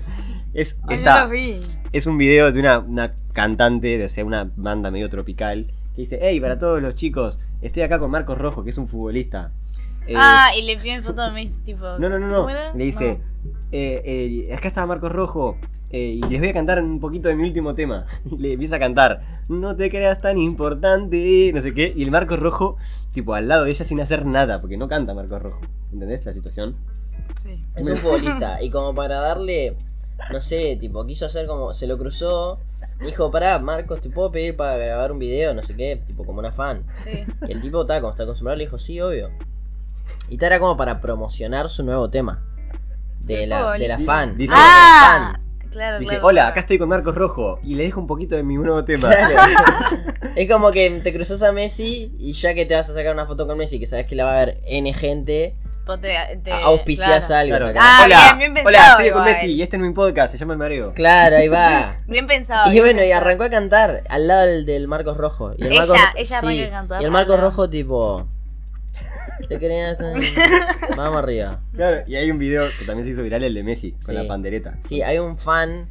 [SPEAKER 1] es,
[SPEAKER 2] Ay,
[SPEAKER 1] esta-
[SPEAKER 2] no los vi.
[SPEAKER 1] es un video de una, una cantante, de o sea, una banda medio tropical. Que dice: Hey, para todos los chicos, estoy acá con Marcos Rojo, que es un futbolista. Eh,
[SPEAKER 4] Ah, y le piden foto a Messi, tipo.
[SPEAKER 1] no, no, no,
[SPEAKER 4] ¿cómo era?
[SPEAKER 1] no. Le dice, eh, eh, acá estaba Marcos Rojo. eh, y les voy a cantar un poquito de mi último tema. Y le empieza a cantar. No te creas tan importante. No sé qué. Y el Marcos Rojo, tipo, al lado de ella sin hacer nada. Porque no canta Marcos Rojo. ¿Entendés la situación?
[SPEAKER 4] Sí.
[SPEAKER 3] Es un futbolista. Y como para darle, no sé, tipo, quiso hacer como, se lo cruzó. Dijo, pará, Marcos, ¿te puedo pedir para grabar un video? No sé qué, tipo, como una fan.
[SPEAKER 4] Sí.
[SPEAKER 3] Y el tipo, está, como está acostumbrado, le dijo, sí, obvio. Y está, era como para promocionar su nuevo tema. De
[SPEAKER 4] Del
[SPEAKER 3] la,
[SPEAKER 4] fútbol.
[SPEAKER 3] de la
[SPEAKER 1] Di-
[SPEAKER 3] fan.
[SPEAKER 1] dice-
[SPEAKER 3] De la
[SPEAKER 4] Ah, claro,
[SPEAKER 1] Dice,
[SPEAKER 4] claro,
[SPEAKER 1] hola,
[SPEAKER 4] claro.
[SPEAKER 1] acá estoy con Marcos Rojo. Y le dejo un poquito de mi nuevo tema.
[SPEAKER 3] fan. Claro. es como que te cruzas a Messi y ya que te vas a sacar una foto con Messi, que sabes que la va a ver N gente,
[SPEAKER 4] Ponte- te-
[SPEAKER 3] a- auspiciás
[SPEAKER 4] claro.
[SPEAKER 1] Claro.
[SPEAKER 3] algo.
[SPEAKER 4] Ah,
[SPEAKER 1] hola,
[SPEAKER 4] bien, bien
[SPEAKER 1] hola,
[SPEAKER 4] pensado
[SPEAKER 1] estoy con
[SPEAKER 4] igual.
[SPEAKER 1] Messi y este es mi podcast, se llama El Mareo.
[SPEAKER 3] Claro, ahí va.
[SPEAKER 4] Bien pensado.
[SPEAKER 3] Y
[SPEAKER 4] bien
[SPEAKER 3] bueno, y
[SPEAKER 4] pensado.
[SPEAKER 3] arrancó a cantar al lado del, del Marcos Rojo. Y el
[SPEAKER 4] Ella,
[SPEAKER 3] Marcos-
[SPEAKER 4] ella arranca a cantar
[SPEAKER 3] Y el
[SPEAKER 4] al
[SPEAKER 3] Marcos
[SPEAKER 4] lado.
[SPEAKER 3] Rojo, tipo. Te creas. tan- Vamos arriba.
[SPEAKER 1] Claro, y hay un video que también se hizo viral, el de Messi, con
[SPEAKER 3] Sí.
[SPEAKER 1] la pandereta.
[SPEAKER 3] Sí, hay un fan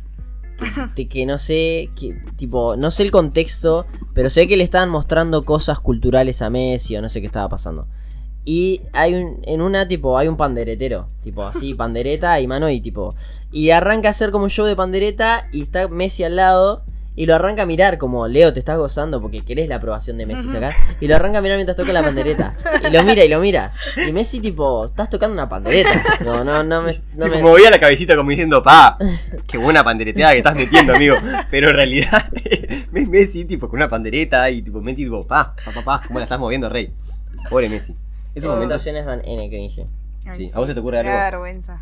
[SPEAKER 3] que, que no sé. Que, tipo, no sé el contexto, pero sé que le estaban mostrando cosas culturales a Messi o no sé qué estaba pasando. Y hay un, en una, tipo, hay un panderetero. Tipo, así, pandereta y mano y tipo. Y arranca a hacer como un show de pandereta y está Messi al lado. Y lo arranca a mirar como, Leo, te estás gozando porque querés la aprobación de Messi sacar. Y lo arranca a mirar mientras toca la pandereta. Y lo mira y lo mira. Y Messi tipo, estás tocando una pandereta. No, no, no me... No
[SPEAKER 1] tipo,
[SPEAKER 3] me...
[SPEAKER 1] movía la cabecita como diciendo, pa, qué buena pandereteada que estás metiendo, amigo. Pero en realidad, ves Messi, tipo, con una pandereta y tipo, Messi, tipo, pa, pa, pa, pa, cómo la estás moviendo, rey. Pobre Messi. Esos
[SPEAKER 3] Esas
[SPEAKER 1] momentos.
[SPEAKER 3] situaciones dan N cringe.
[SPEAKER 2] Ay,
[SPEAKER 1] Sí.
[SPEAKER 2] sí.
[SPEAKER 1] ¿A vos se te ocurre
[SPEAKER 2] Me
[SPEAKER 1] algo?
[SPEAKER 2] da vergüenza.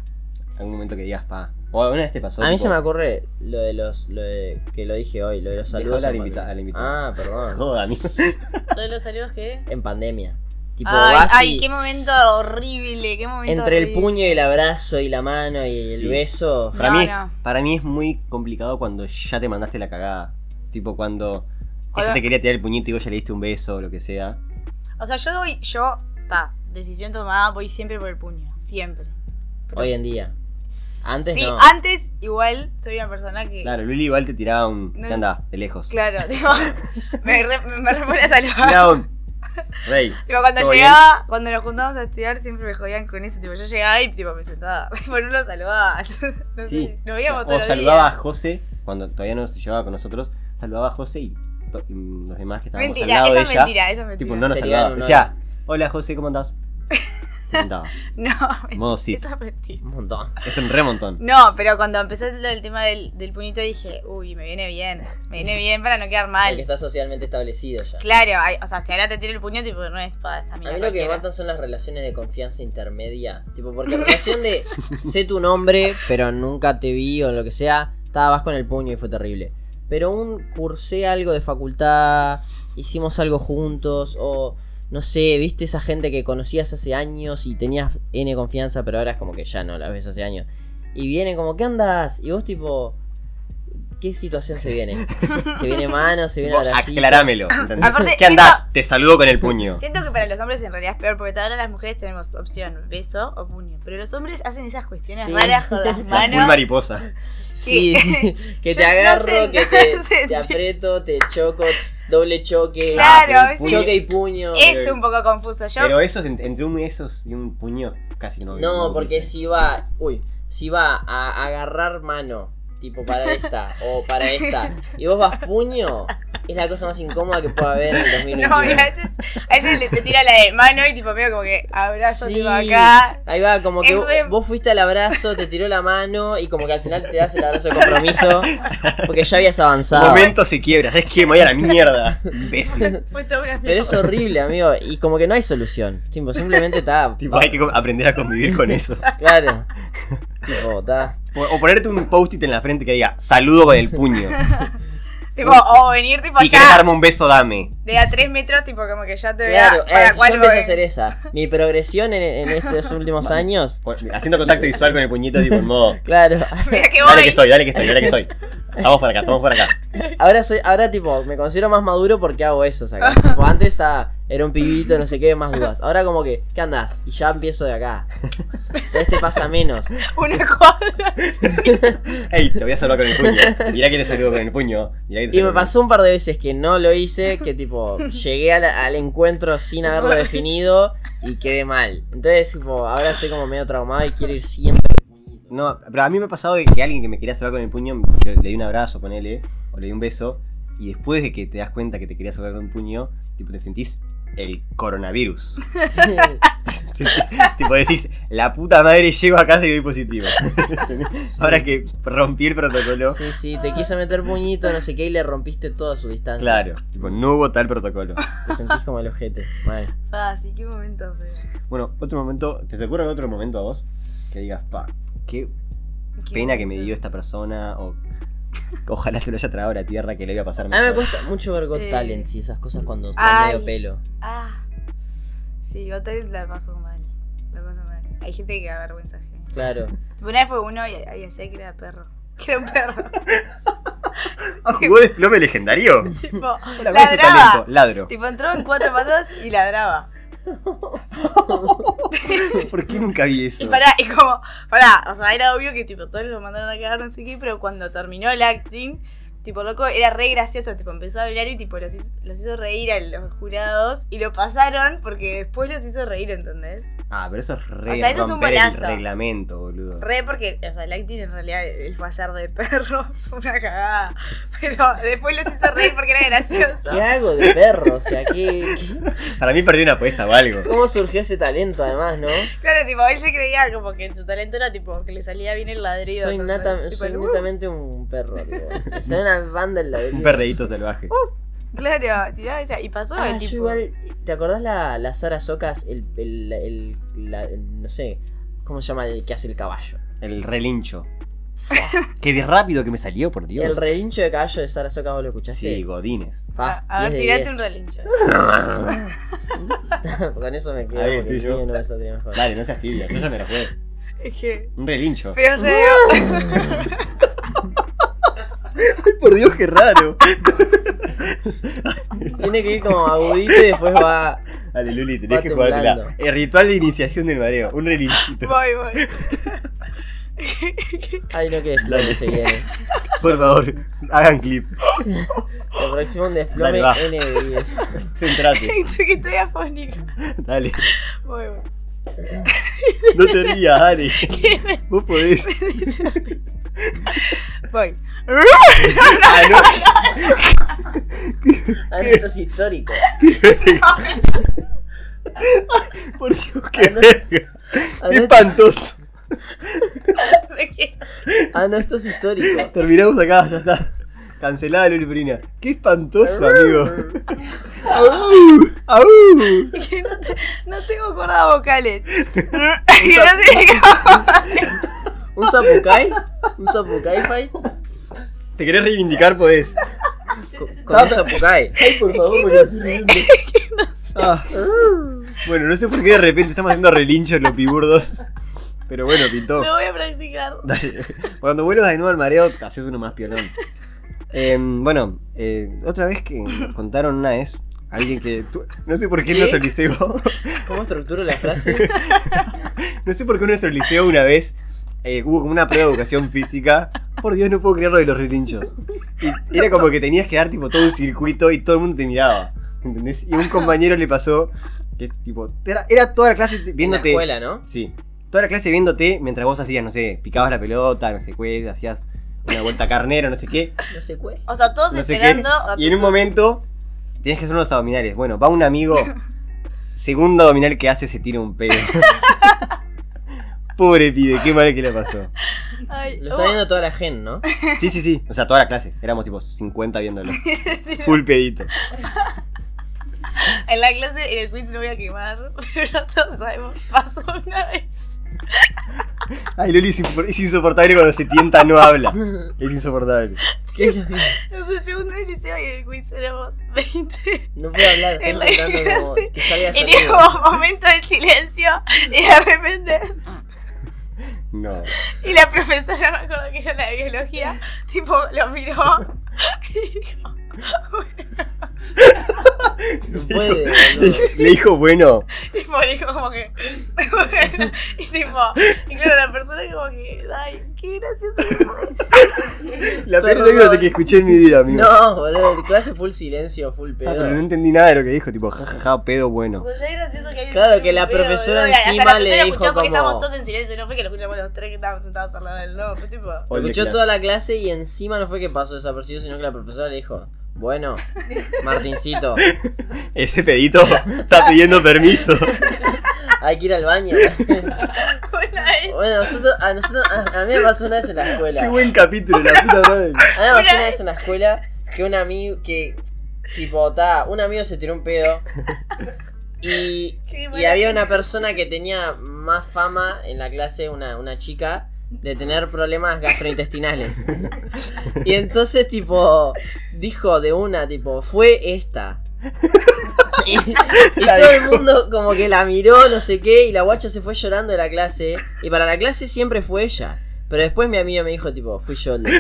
[SPEAKER 1] Algún momento que digas, pa. O alguna vez te pasó.
[SPEAKER 3] A mí
[SPEAKER 1] tipo,
[SPEAKER 3] se me ocurre lo de los. Lo de, que lo dije hoy, lo de los
[SPEAKER 1] Dejá
[SPEAKER 3] saludos.
[SPEAKER 1] hablar
[SPEAKER 3] en
[SPEAKER 1] al invita-
[SPEAKER 3] pandemia.
[SPEAKER 1] al invitado.
[SPEAKER 3] Ah, perdón.
[SPEAKER 1] Joda, amigo.
[SPEAKER 4] ¿Todos los saludos que
[SPEAKER 3] En pandemia. Tipo,
[SPEAKER 4] ay,
[SPEAKER 3] vas
[SPEAKER 4] ay,
[SPEAKER 3] y
[SPEAKER 4] qué momento horrible, qué momento
[SPEAKER 3] entre el
[SPEAKER 4] horrible.
[SPEAKER 3] puño y el abrazo y la mano y el
[SPEAKER 1] Sí.
[SPEAKER 3] beso.
[SPEAKER 1] Para,
[SPEAKER 2] No,
[SPEAKER 1] mí es,
[SPEAKER 2] no.
[SPEAKER 1] para mí es muy complicado cuando ya te mandaste la cagada. Tipo cuando ella
[SPEAKER 4] Hola.
[SPEAKER 1] te quería tirar el puñito y vos ya le diste un beso o lo que sea.
[SPEAKER 4] O sea, yo doy, yo, ta, decisión tomada, voy siempre por el puño, siempre.
[SPEAKER 3] Hoy en día. Antes
[SPEAKER 4] sí,
[SPEAKER 3] no.
[SPEAKER 4] antes igual soy una persona que...
[SPEAKER 1] Claro, Luli igual te tiraba un.
[SPEAKER 4] No.
[SPEAKER 1] ¿Qué anda? De lejos.
[SPEAKER 4] Claro, tipo, me, re, me re pone a saludar.
[SPEAKER 1] Tiraba un. Rey.
[SPEAKER 4] Tipo, cuando
[SPEAKER 1] ¿Todo
[SPEAKER 4] llegaba, cuando nos juntábamos a estudiar, siempre me jodían con eso. Tipo, yo llegaba y tipo, me sentaba. Tipo, no lo saludaba. No
[SPEAKER 1] Sí.
[SPEAKER 4] sé, nos veíamos
[SPEAKER 1] O
[SPEAKER 4] todos los
[SPEAKER 1] saludaba a
[SPEAKER 4] días.
[SPEAKER 1] José, cuando todavía no se llevaba con nosotros, saludaba a José y, to- y los demás que estábamos al
[SPEAKER 4] Mentira,
[SPEAKER 1] lado
[SPEAKER 4] eso
[SPEAKER 1] de
[SPEAKER 4] es
[SPEAKER 1] ella.
[SPEAKER 4] mentira, eso es mentira.
[SPEAKER 1] Tipo, no nos
[SPEAKER 3] Sería
[SPEAKER 1] saludaba.
[SPEAKER 3] un
[SPEAKER 1] Decía, hola José, ¿cómo andás? Se sentaba.
[SPEAKER 4] No,
[SPEAKER 1] Modo sí.
[SPEAKER 4] eso es mentira.
[SPEAKER 3] Un montón.
[SPEAKER 1] Es un remontón.
[SPEAKER 4] No, pero cuando empecé lo del tema del, del puñito dije, uy, me viene bien. Me viene bien para no quedar
[SPEAKER 3] Porque
[SPEAKER 4] mal.
[SPEAKER 3] está socialmente establecido ya.
[SPEAKER 4] Claro, ay, o sea, si ahora te tiro el puño, tipo, no es para esta mina.
[SPEAKER 3] A mí lo que me
[SPEAKER 4] cualquiera.
[SPEAKER 3] matan son las relaciones de confianza intermedia. Tipo, porque relación de sé tu nombre, pero nunca te vi o lo que sea, estabas con el puño y fue terrible. Pero un cursé algo de facultad, hicimos algo juntos, o no sé, viste esa gente que conocías hace años y tenías N confianza, pero ahora es como que ya no la ves hace años. Y viene como, ¿qué andas? Y vos tipo, ¿qué situación se viene? ¿Se viene mano? ¿Se viene
[SPEAKER 1] Tipo,
[SPEAKER 3] abracito?
[SPEAKER 1] aclarámelo. ¿entendés?
[SPEAKER 4] Ah, Aparte,
[SPEAKER 1] ¿Qué andás? Te saludo con el puño.
[SPEAKER 4] Siento que para los hombres en realidad es peor, porque ahora las mujeres tenemos opción beso o puño. Pero los hombres hacen esas cuestiones
[SPEAKER 3] Sí.
[SPEAKER 4] raras con las
[SPEAKER 1] La full
[SPEAKER 4] manos.
[SPEAKER 1] mariposa.
[SPEAKER 3] Sí,
[SPEAKER 4] Sí.
[SPEAKER 3] que
[SPEAKER 4] Yo
[SPEAKER 3] te
[SPEAKER 4] no
[SPEAKER 3] agarro,
[SPEAKER 4] sé,
[SPEAKER 3] que
[SPEAKER 4] no
[SPEAKER 3] te,
[SPEAKER 4] sé.
[SPEAKER 3] te aprieto, te choco, doble choque, ah,
[SPEAKER 4] Claro, a veces-
[SPEAKER 3] choque y puño.
[SPEAKER 4] Es un poco confuso. Yo
[SPEAKER 1] Pero esos, en- entre un esos y un puño, casi que no.
[SPEAKER 3] No, porque
[SPEAKER 1] sí.
[SPEAKER 3] si va, uy, si va a agarrar mano, tipo para esta o para esta, y vos vas puño, es la cosa más incómoda que pueda haber en el 2021.
[SPEAKER 4] No, y a veces, a veces le- se tira la de mano y tipo medio como que abrazo
[SPEAKER 3] Sí.
[SPEAKER 4] tipo acá.
[SPEAKER 3] Ahí va, como que
[SPEAKER 4] Es
[SPEAKER 3] vos,
[SPEAKER 4] re-
[SPEAKER 3] vos fuiste al abrazo, te tiró la mano y como que al final te das el abrazo de compromiso porque ya habías avanzado.
[SPEAKER 1] Momento se quiebra, ¿sabes qué? Me voy a la mierda. Imbécil.
[SPEAKER 4] Fue toda una
[SPEAKER 3] Pero es horrible, amigo, y como que no hay solución. Tipo, simplemente está.
[SPEAKER 1] Tipo, hay que co- aprender a convivir con eso.
[SPEAKER 3] Claro. Tipo, ta.
[SPEAKER 1] O, o ponerte un post-it en la frente que diga, saludo con el puño.
[SPEAKER 4] Tipo, o venir tipo
[SPEAKER 1] si quieres
[SPEAKER 4] ya
[SPEAKER 1] darme un beso, dame.
[SPEAKER 4] de a tres metros, tipo como que ya te vea
[SPEAKER 3] Claro,
[SPEAKER 4] para
[SPEAKER 3] eh, yo
[SPEAKER 4] cuál voy.
[SPEAKER 3] empecé a hacer esa. Mi progresión en, en estos últimos años.
[SPEAKER 1] Pon- Haciendo contacto visual con el puñito, tipo, en modo,
[SPEAKER 3] Claro.
[SPEAKER 4] Mira
[SPEAKER 1] dale
[SPEAKER 4] que
[SPEAKER 1] que
[SPEAKER 4] voy.
[SPEAKER 1] estoy, dale que estoy, dale que estoy. Estamos por acá, estamos por acá.
[SPEAKER 3] Ahora soy, ahora tipo, me considero más maduro porque hago eso, saca. Tipo, antes estaba, era un pibito, no sé qué, más dudas. Ahora como que, ¿qué andás? Y ya empiezo de acá. Entonces te pasa menos.
[SPEAKER 4] Una cuadra.
[SPEAKER 1] Ey, te voy a saludar con el puño. Mirá que te saludo con el puño. Mirá que te
[SPEAKER 3] Y
[SPEAKER 1] saludo
[SPEAKER 3] me
[SPEAKER 1] con el-
[SPEAKER 3] pasó un par de veces que no lo hice, que tipo, llegué al, al encuentro sin haberlo definido y quedé mal. Entonces, tipo, ahora estoy como medio traumado y quiero ir siempre al puñito.
[SPEAKER 1] No, pero a mí me ha pasado de que alguien que me quería saludar con el puño, le, le di un abrazo, ponele, o le di un beso, y después de que te das cuenta que te quería saludar con el puño, tipo, te sentís el coronavirus. Te sentís- tipo, decís, la puta madre llego a casa y doy positivo. Ahora que rompí el protocolo.
[SPEAKER 3] Sí, sí, te quiso meter puñito, no sé qué, y le rompiste toda su distancia.
[SPEAKER 1] Claro, tipo, no hubo tal protocolo.
[SPEAKER 3] Te sentís como el ojete. Mal.
[SPEAKER 4] Ah, sí, qué momento feo.
[SPEAKER 1] Bueno, otro momento, ¿te te ocurre otro momento a vos? Que digas, pa, qué
[SPEAKER 4] Qué
[SPEAKER 1] pena que me
[SPEAKER 4] momento.
[SPEAKER 1] dio esta persona, o ojalá se lo haya tragado la tierra que le iba a pasar
[SPEAKER 3] A mí me
[SPEAKER 1] mejor.
[SPEAKER 3] cuesta mucho ver Got
[SPEAKER 4] Eh.
[SPEAKER 3] Talent y esas cosas cuando están
[SPEAKER 4] Ay.
[SPEAKER 3] medio pelo.
[SPEAKER 4] Ah. Sí, hotel la pasó mal. La pasó mal. Hay gente que da vergüenza ajena.
[SPEAKER 3] Claro.
[SPEAKER 4] Tipo, una vez fue uno y, y decía que era perro. Que era un perro.
[SPEAKER 1] Ah, ¿Jugó desplome legendario?
[SPEAKER 4] tipo,
[SPEAKER 1] Una cosa de
[SPEAKER 4] ladraba.
[SPEAKER 1] talento, ladro.
[SPEAKER 4] Tipo, entraba en cuatro patas y ladraba.
[SPEAKER 1] ¿Por qué nunca vi eso?
[SPEAKER 4] Y pará, y como, pará, o sea, era obvio que tipo todos lo mandaron a cagar, no sé qué, pero cuando terminó el acting, tipo loco, era re gracioso, tipo empezó a hablar y tipo los hizo, los hizo reír a los jurados y lo pasaron porque después los hizo reír, ¿entendés?
[SPEAKER 1] Ah, pero eso es re
[SPEAKER 4] O sea, eso es un
[SPEAKER 1] romper el
[SPEAKER 4] balazo.
[SPEAKER 1] reglamento, boludo.
[SPEAKER 4] Re porque, o sea, el acting en realidad el pasar de perro fue una cagada, pero después los hizo reír porque era gracioso.
[SPEAKER 3] ¿Qué hago de perro? O sea, ¿qué, qué-
[SPEAKER 1] Para mí perdí una apuesta o algo.
[SPEAKER 3] cómo surgió ese talento además, no?
[SPEAKER 4] Claro, tipo, él se creía como que en su talento era tipo que le salía bien el ladrido.
[SPEAKER 3] Soy,
[SPEAKER 4] ¿entendés?
[SPEAKER 3] nata-
[SPEAKER 4] Tipo,
[SPEAKER 3] soy
[SPEAKER 4] el, "Uh".
[SPEAKER 3] netamente un perro. Tipo. Soy una banda en la
[SPEAKER 1] Un
[SPEAKER 3] vida.
[SPEAKER 1] perreíto salvaje.
[SPEAKER 2] Claro,
[SPEAKER 4] Tiraba esa. Y pasó
[SPEAKER 3] Ah,
[SPEAKER 4] el
[SPEAKER 3] yo
[SPEAKER 4] tipo.
[SPEAKER 3] igual. ¿Te acordás la, la Sara Socas? El, el, el- la- el- No sé. ¿Cómo se llama el que hace el caballo?
[SPEAKER 1] El relincho. Qué de rápido que me salió, por Dios.
[SPEAKER 3] El relincho de caballo de Sara Socas, ¿vos lo escuchaste?
[SPEAKER 1] Sí, Godines.
[SPEAKER 3] Pa,
[SPEAKER 4] a a ver,
[SPEAKER 3] 10 Ah, de
[SPEAKER 4] tirate
[SPEAKER 3] 10.
[SPEAKER 4] un relincho.
[SPEAKER 3] Con eso me quedo.
[SPEAKER 1] A ver, estoy
[SPEAKER 3] porque el
[SPEAKER 1] yo.
[SPEAKER 3] mío no va a salir mejor.
[SPEAKER 1] Dale, no seas tibia, yo ya me lo jugué.
[SPEAKER 2] es que.
[SPEAKER 1] Un relincho.
[SPEAKER 2] Pero es re.
[SPEAKER 1] Ay, por Dios, qué raro.
[SPEAKER 3] Tiene que ir como agudito y después va.
[SPEAKER 1] Dale, Luli,
[SPEAKER 3] Va
[SPEAKER 1] tenés que
[SPEAKER 3] temblando.
[SPEAKER 1] jugártela. El ritual de iniciación del mareo. Un relinchito.
[SPEAKER 2] Voy, voy.
[SPEAKER 3] Ay, no que desplome
[SPEAKER 1] Dale.
[SPEAKER 3] se viene.
[SPEAKER 1] Por favor, hagan clip.
[SPEAKER 3] Lo próximo un desplome
[SPEAKER 1] Dale, va.
[SPEAKER 3] N de 10.
[SPEAKER 1] Centrate.
[SPEAKER 2] Siento que estoy afónica.
[SPEAKER 1] Dale.
[SPEAKER 2] Voy, voy.
[SPEAKER 1] No te rías, dale. Vos podés.
[SPEAKER 2] Voy.
[SPEAKER 1] Ah, no.
[SPEAKER 3] Ah, no, esto es histórico.
[SPEAKER 1] Por Dios, qué
[SPEAKER 3] no.
[SPEAKER 1] verga.
[SPEAKER 3] Ah,
[SPEAKER 1] Qué
[SPEAKER 3] no,
[SPEAKER 1] espantoso.
[SPEAKER 3] ah, no, esto es histórico.
[SPEAKER 1] Terminamos acá, ya está. Cancelada Luli Perina. Qué espantoso, amigo. ¡Au! ¡Au!
[SPEAKER 2] Que no, te- no tengo cuerdas vocales. Que no tiene que-
[SPEAKER 3] ¿Un sapucay? ¿Un sapucay fight?
[SPEAKER 1] ¿Te querés reivindicar? Podés.
[SPEAKER 3] Con, con un sapucay.
[SPEAKER 1] Ay, por favor, me lo estoy riendo. Ah. Bueno, no sé por qué de repente estamos haciendo relinchos los piburdos. Pero bueno, pintó.
[SPEAKER 4] Lo voy a practicar.
[SPEAKER 1] Dale. Cuando vuelvas de nuevo al mareo, te haces uno más piolón. Eh, bueno, eh, otra vez que contaron una es alguien que. tu- no sé por qué en nuestro liceo.
[SPEAKER 3] ¿Cómo estructuro la frase?
[SPEAKER 1] No sé por qué en nuestro liceo una vez eh, hubo como una prueba de educación física. Por Dios, no puedo creer lo de los relinchos. Y era como que tenías que dar tipo todo un circuito y todo el mundo te miraba. ¿Entendés? Y a un compañero le pasó que tipo. Era, era toda la clase te-
[SPEAKER 3] En la
[SPEAKER 1] viéndote.
[SPEAKER 3] escuela, ¿no?
[SPEAKER 1] Sí. Toda la clase viéndote mientras vos hacías, no sé, picabas la pelota, no sé qué, hacías una vuelta carnero, no sé qué.
[SPEAKER 3] No sé cuál.
[SPEAKER 4] O sea, todos
[SPEAKER 1] No sé qué.
[SPEAKER 4] esperando. a
[SPEAKER 1] Y en
[SPEAKER 4] tu
[SPEAKER 1] un momento tienes que hacer unos abdominales. Bueno, va un amigo, segundo abdominal que hace, se tira un pedo. Pobre pibe, qué mal que le pasó.
[SPEAKER 4] turno. Ay,
[SPEAKER 3] Lo está viendo toda la gen, ¿no?
[SPEAKER 1] Sí, sí, sí. O sea, toda la clase. Éramos tipo 50 viéndolo. Full pedito.
[SPEAKER 4] uh, en la clase, en el quiz no voy a quemar. Pero ya todos sabemos. Pasó una vez.
[SPEAKER 1] Ay, Loli es, insopor- es insoportable cuando se tienta, no habla. Es insoportable.
[SPEAKER 3] ¿Qué es lo que-
[SPEAKER 4] No sé, segundo del liceo y en el quiz éramos 20.
[SPEAKER 3] No puedo hablar, estoy
[SPEAKER 4] En la
[SPEAKER 3] intentando como
[SPEAKER 4] clase.
[SPEAKER 3] que salga
[SPEAKER 4] Y
[SPEAKER 3] sonido.
[SPEAKER 4] tipo, momento de silencio. Y de repente.
[SPEAKER 1] No.
[SPEAKER 4] Y la profesora, me acuerdo que era la de biología, tipo, lo miró. Y dijo,
[SPEAKER 3] No puede, boludo.
[SPEAKER 1] Le dijo, bueno,
[SPEAKER 4] tipo, dijo como que. bueno, y tipo, y claro, la persona como que. Ay, qué gracioso.
[SPEAKER 1] la peor
[SPEAKER 3] Perdón.
[SPEAKER 1] anécdota que escuché en mi vida, amigo.
[SPEAKER 3] No, boludo, clase full silencio, full
[SPEAKER 1] Ah, pero no
[SPEAKER 3] pedo.
[SPEAKER 1] entendí nada de lo que dijo, tipo, jajaja, pedo bueno.
[SPEAKER 4] O sea, ya es gracioso que alguien
[SPEAKER 3] Claro,
[SPEAKER 4] se
[SPEAKER 3] que la
[SPEAKER 4] pedo,
[SPEAKER 3] profesora
[SPEAKER 4] boludo, y hasta
[SPEAKER 3] encima
[SPEAKER 4] la
[SPEAKER 3] le
[SPEAKER 4] profesora
[SPEAKER 3] dijo
[SPEAKER 4] escuchó porque
[SPEAKER 3] como-
[SPEAKER 4] estábamos todos en silencio, no fue que lo escuchamos los tres que estábamos sentados al lado del no, fue tipo.
[SPEAKER 1] O
[SPEAKER 3] Lo
[SPEAKER 1] el de
[SPEAKER 3] escuchó
[SPEAKER 1] clase.
[SPEAKER 3] toda la clase y encima no fue que pasó desapercibido, sino que la profesora le dijo, bueno, Martincito,
[SPEAKER 1] Ese pedito está pidiendo permiso.
[SPEAKER 3] hay que ir al baño.
[SPEAKER 4] Una vez,
[SPEAKER 3] Bueno, nosotros, a, nosotros, a, a mí me pasó una vez en la escuela.
[SPEAKER 1] Qué buen capítulo, la puta madre.
[SPEAKER 3] A mí me pasó
[SPEAKER 4] Una
[SPEAKER 3] una vez en la escuela que un amigo que tipo ta, un amigo se tiró un pedo y,
[SPEAKER 4] Qué
[SPEAKER 3] y
[SPEAKER 4] mala
[SPEAKER 3] había una persona que tenía más fama en la clase, una, una chica, de tener problemas gastrointestinales. Y entonces tipo dijo de una, tipo, fue esta. Y, y
[SPEAKER 1] La
[SPEAKER 3] todo el
[SPEAKER 1] dijo.
[SPEAKER 3] mundo como que la miró, no sé qué, y la guacha se fue llorando de la clase. Y para la clase siempre fue ella. Pero después mi amigo me dijo, tipo, fui yo. el de-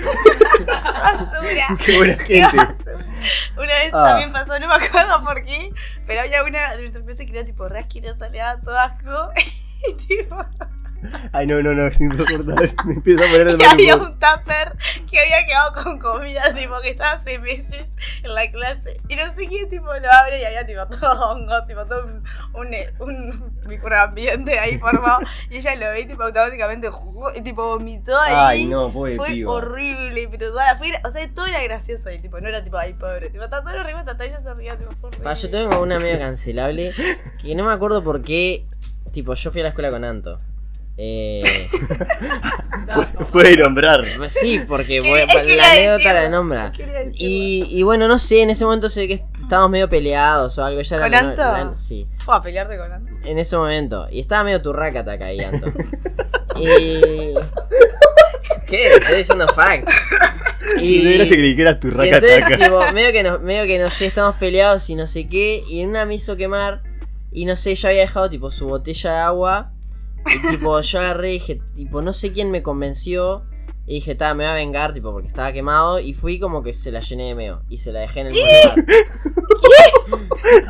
[SPEAKER 4] basura.
[SPEAKER 1] Qué buena gente.
[SPEAKER 4] Una vez
[SPEAKER 1] Ah.
[SPEAKER 4] también pasó, no me acuerdo por qué, pero había una de nuestra clase que era tipo re asquerosa, le daba todo asco. Y tipo,
[SPEAKER 1] Ay, no, no, no, es insoportable. Me empiezo a poner de
[SPEAKER 4] y
[SPEAKER 1] mal
[SPEAKER 4] había
[SPEAKER 1] humor.
[SPEAKER 4] un tupper que había quedado con comida, tipo, que estaba hace meses en la clase. Y no sé qué, tipo, lo abre y había tipo todo hongo, tipo, todo un, un, un microambiente ahí formado. Y ella lo ve y tipo automáticamente jugó, y tipo vomitó ahí.
[SPEAKER 1] Ay, no, pobre
[SPEAKER 4] Fue
[SPEAKER 1] piba.
[SPEAKER 4] horrible, pero toda- fue, o sea, todo era gracioso y tipo, no era tipo, ay, pobre. Tipo, hasta todos los rimos hasta ella se ría, tipo, fue horrible.
[SPEAKER 3] Pa, yo tengo una medio cancelable que no me acuerdo por qué. Tipo, yo fui a la escuela con Anto. Eh,
[SPEAKER 1] Puede nombrar.
[SPEAKER 3] Pues sí, porque
[SPEAKER 4] ¿Qué-
[SPEAKER 3] bueno,
[SPEAKER 4] es que
[SPEAKER 3] la
[SPEAKER 4] iba a
[SPEAKER 3] anécdota la
[SPEAKER 4] decirlo?
[SPEAKER 3] nombra.
[SPEAKER 4] Quería decirlo.
[SPEAKER 3] Y, y bueno, no sé, en ese momento sé que estábamos medio peleados o algo. Ya era
[SPEAKER 4] ¿Con
[SPEAKER 3] la-
[SPEAKER 4] Anto?
[SPEAKER 3] la- sí,
[SPEAKER 4] Fue a pelearte con Anto.
[SPEAKER 3] en ese momento. Y estaba medio turraca acá ahí, Anto. y... ¿Qué? Estoy diciendo fact.
[SPEAKER 1] Y me gracia que le dijeras tu
[SPEAKER 3] Y
[SPEAKER 1] raca
[SPEAKER 3] entonces,
[SPEAKER 1] taca.
[SPEAKER 3] tipo, medio que, nos, medio que no sé, estamos peleados y no sé qué. Y en una me hizo quemar. Y no sé, yo había dejado, tipo, su botella de agua. Y, tipo, yo agarré y dije, tipo, no sé quién me convenció. Y dije, ta, me va a vengar, tipo, porque estaba quemado. Y fui como que se la llené de meo. Y se la dejé en el mismo lugar.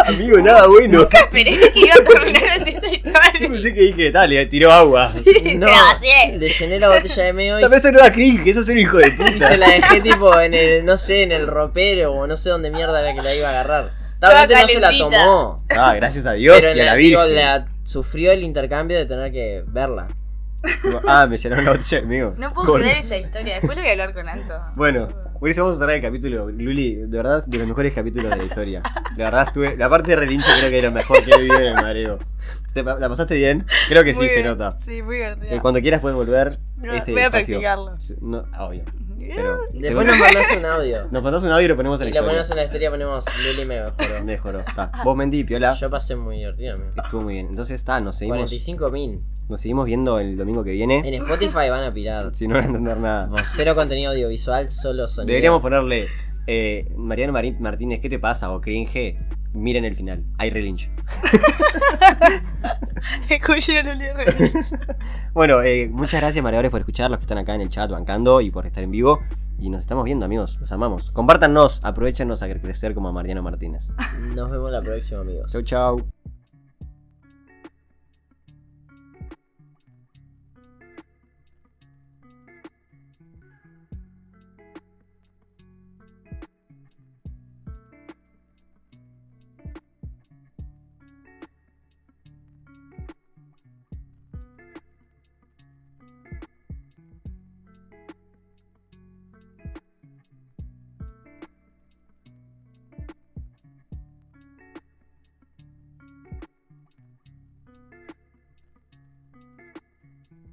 [SPEAKER 1] Amigo, nada bueno.
[SPEAKER 4] Esperé que iba a terminar así esta
[SPEAKER 1] Yo
[SPEAKER 4] historia.
[SPEAKER 1] pensé que dije, dale, tiró agua.
[SPEAKER 3] No,
[SPEAKER 4] Se la vacié.
[SPEAKER 3] le llené la botella de meo y,
[SPEAKER 1] También eso no da cringe, eso es un hijo de
[SPEAKER 3] y
[SPEAKER 1] puta.
[SPEAKER 3] se la dejé, tipo, en el, no sé, en el ropero o no sé dónde mierda era que la iba a agarrar. Tal
[SPEAKER 4] Toda
[SPEAKER 3] vez no se la
[SPEAKER 4] calentita.
[SPEAKER 3] tomó.
[SPEAKER 1] Ah, gracias a Dios
[SPEAKER 3] Pero
[SPEAKER 1] y a la
[SPEAKER 3] la- digo,
[SPEAKER 1] Virgen.
[SPEAKER 3] la- sufrió el intercambio de tener que verla.
[SPEAKER 1] Ah, me llenaron la botella de meo.
[SPEAKER 4] No puedo
[SPEAKER 1] Con-
[SPEAKER 4] creer esta historia. Después lo voy a hablar con Anto.
[SPEAKER 1] Bueno, por eso vamos a cerrar el capítulo. Luli, de verdad, de los mejores capítulos de la historia. La verdad, estuve. La parte de relincho creo que era lo mejor que he vivido en el mareo. ¿Te pa- ¿La pasaste bien? Creo que sí,
[SPEAKER 2] Muy
[SPEAKER 1] se
[SPEAKER 2] bien.
[SPEAKER 1] nota.
[SPEAKER 2] Sí, muy
[SPEAKER 1] Eh,
[SPEAKER 2] divertido.
[SPEAKER 1] cuando quieras puedes volver.
[SPEAKER 2] No,
[SPEAKER 1] este
[SPEAKER 2] voy a
[SPEAKER 1] espacio.
[SPEAKER 2] practicarlo.
[SPEAKER 1] No, obvio. Pero
[SPEAKER 3] Después nos mandas un audio.
[SPEAKER 1] nos mandás un audio y lo ponemos en
[SPEAKER 3] Y
[SPEAKER 1] la
[SPEAKER 3] lo ponemos
[SPEAKER 1] historia.
[SPEAKER 3] en la historia, ponemos Luli me mejoró.
[SPEAKER 1] Mejoró. Está. Vos, Mendy, Piola.
[SPEAKER 3] Yo pasé muy divertido, amigo.
[SPEAKER 1] Estuvo muy bien. Entonces, está, nos seguimos,
[SPEAKER 3] 45 min.
[SPEAKER 1] nos seguimos viendo el domingo que viene.
[SPEAKER 3] En Spotify van a pirar.
[SPEAKER 1] Si no van a entender nada.
[SPEAKER 3] Tipo, Cero contenido audiovisual, solo sonido.
[SPEAKER 1] Deberíamos ponerle eh, Mariano Marín- Martínez, ¿qué te pasa? O cringe, miren el final, hay relincho.
[SPEAKER 2] Escuchen el libro.
[SPEAKER 1] Bueno, eh, muchas gracias mareadores por escuchar, los que están acá en el chat bancando y por estar en vivo. Y nos estamos viendo, amigos, los amamos. Compártanos, aprovechanos a crecer como Mariano Martínez.
[SPEAKER 3] Nos vemos la próxima, amigos.
[SPEAKER 1] Chau, chau.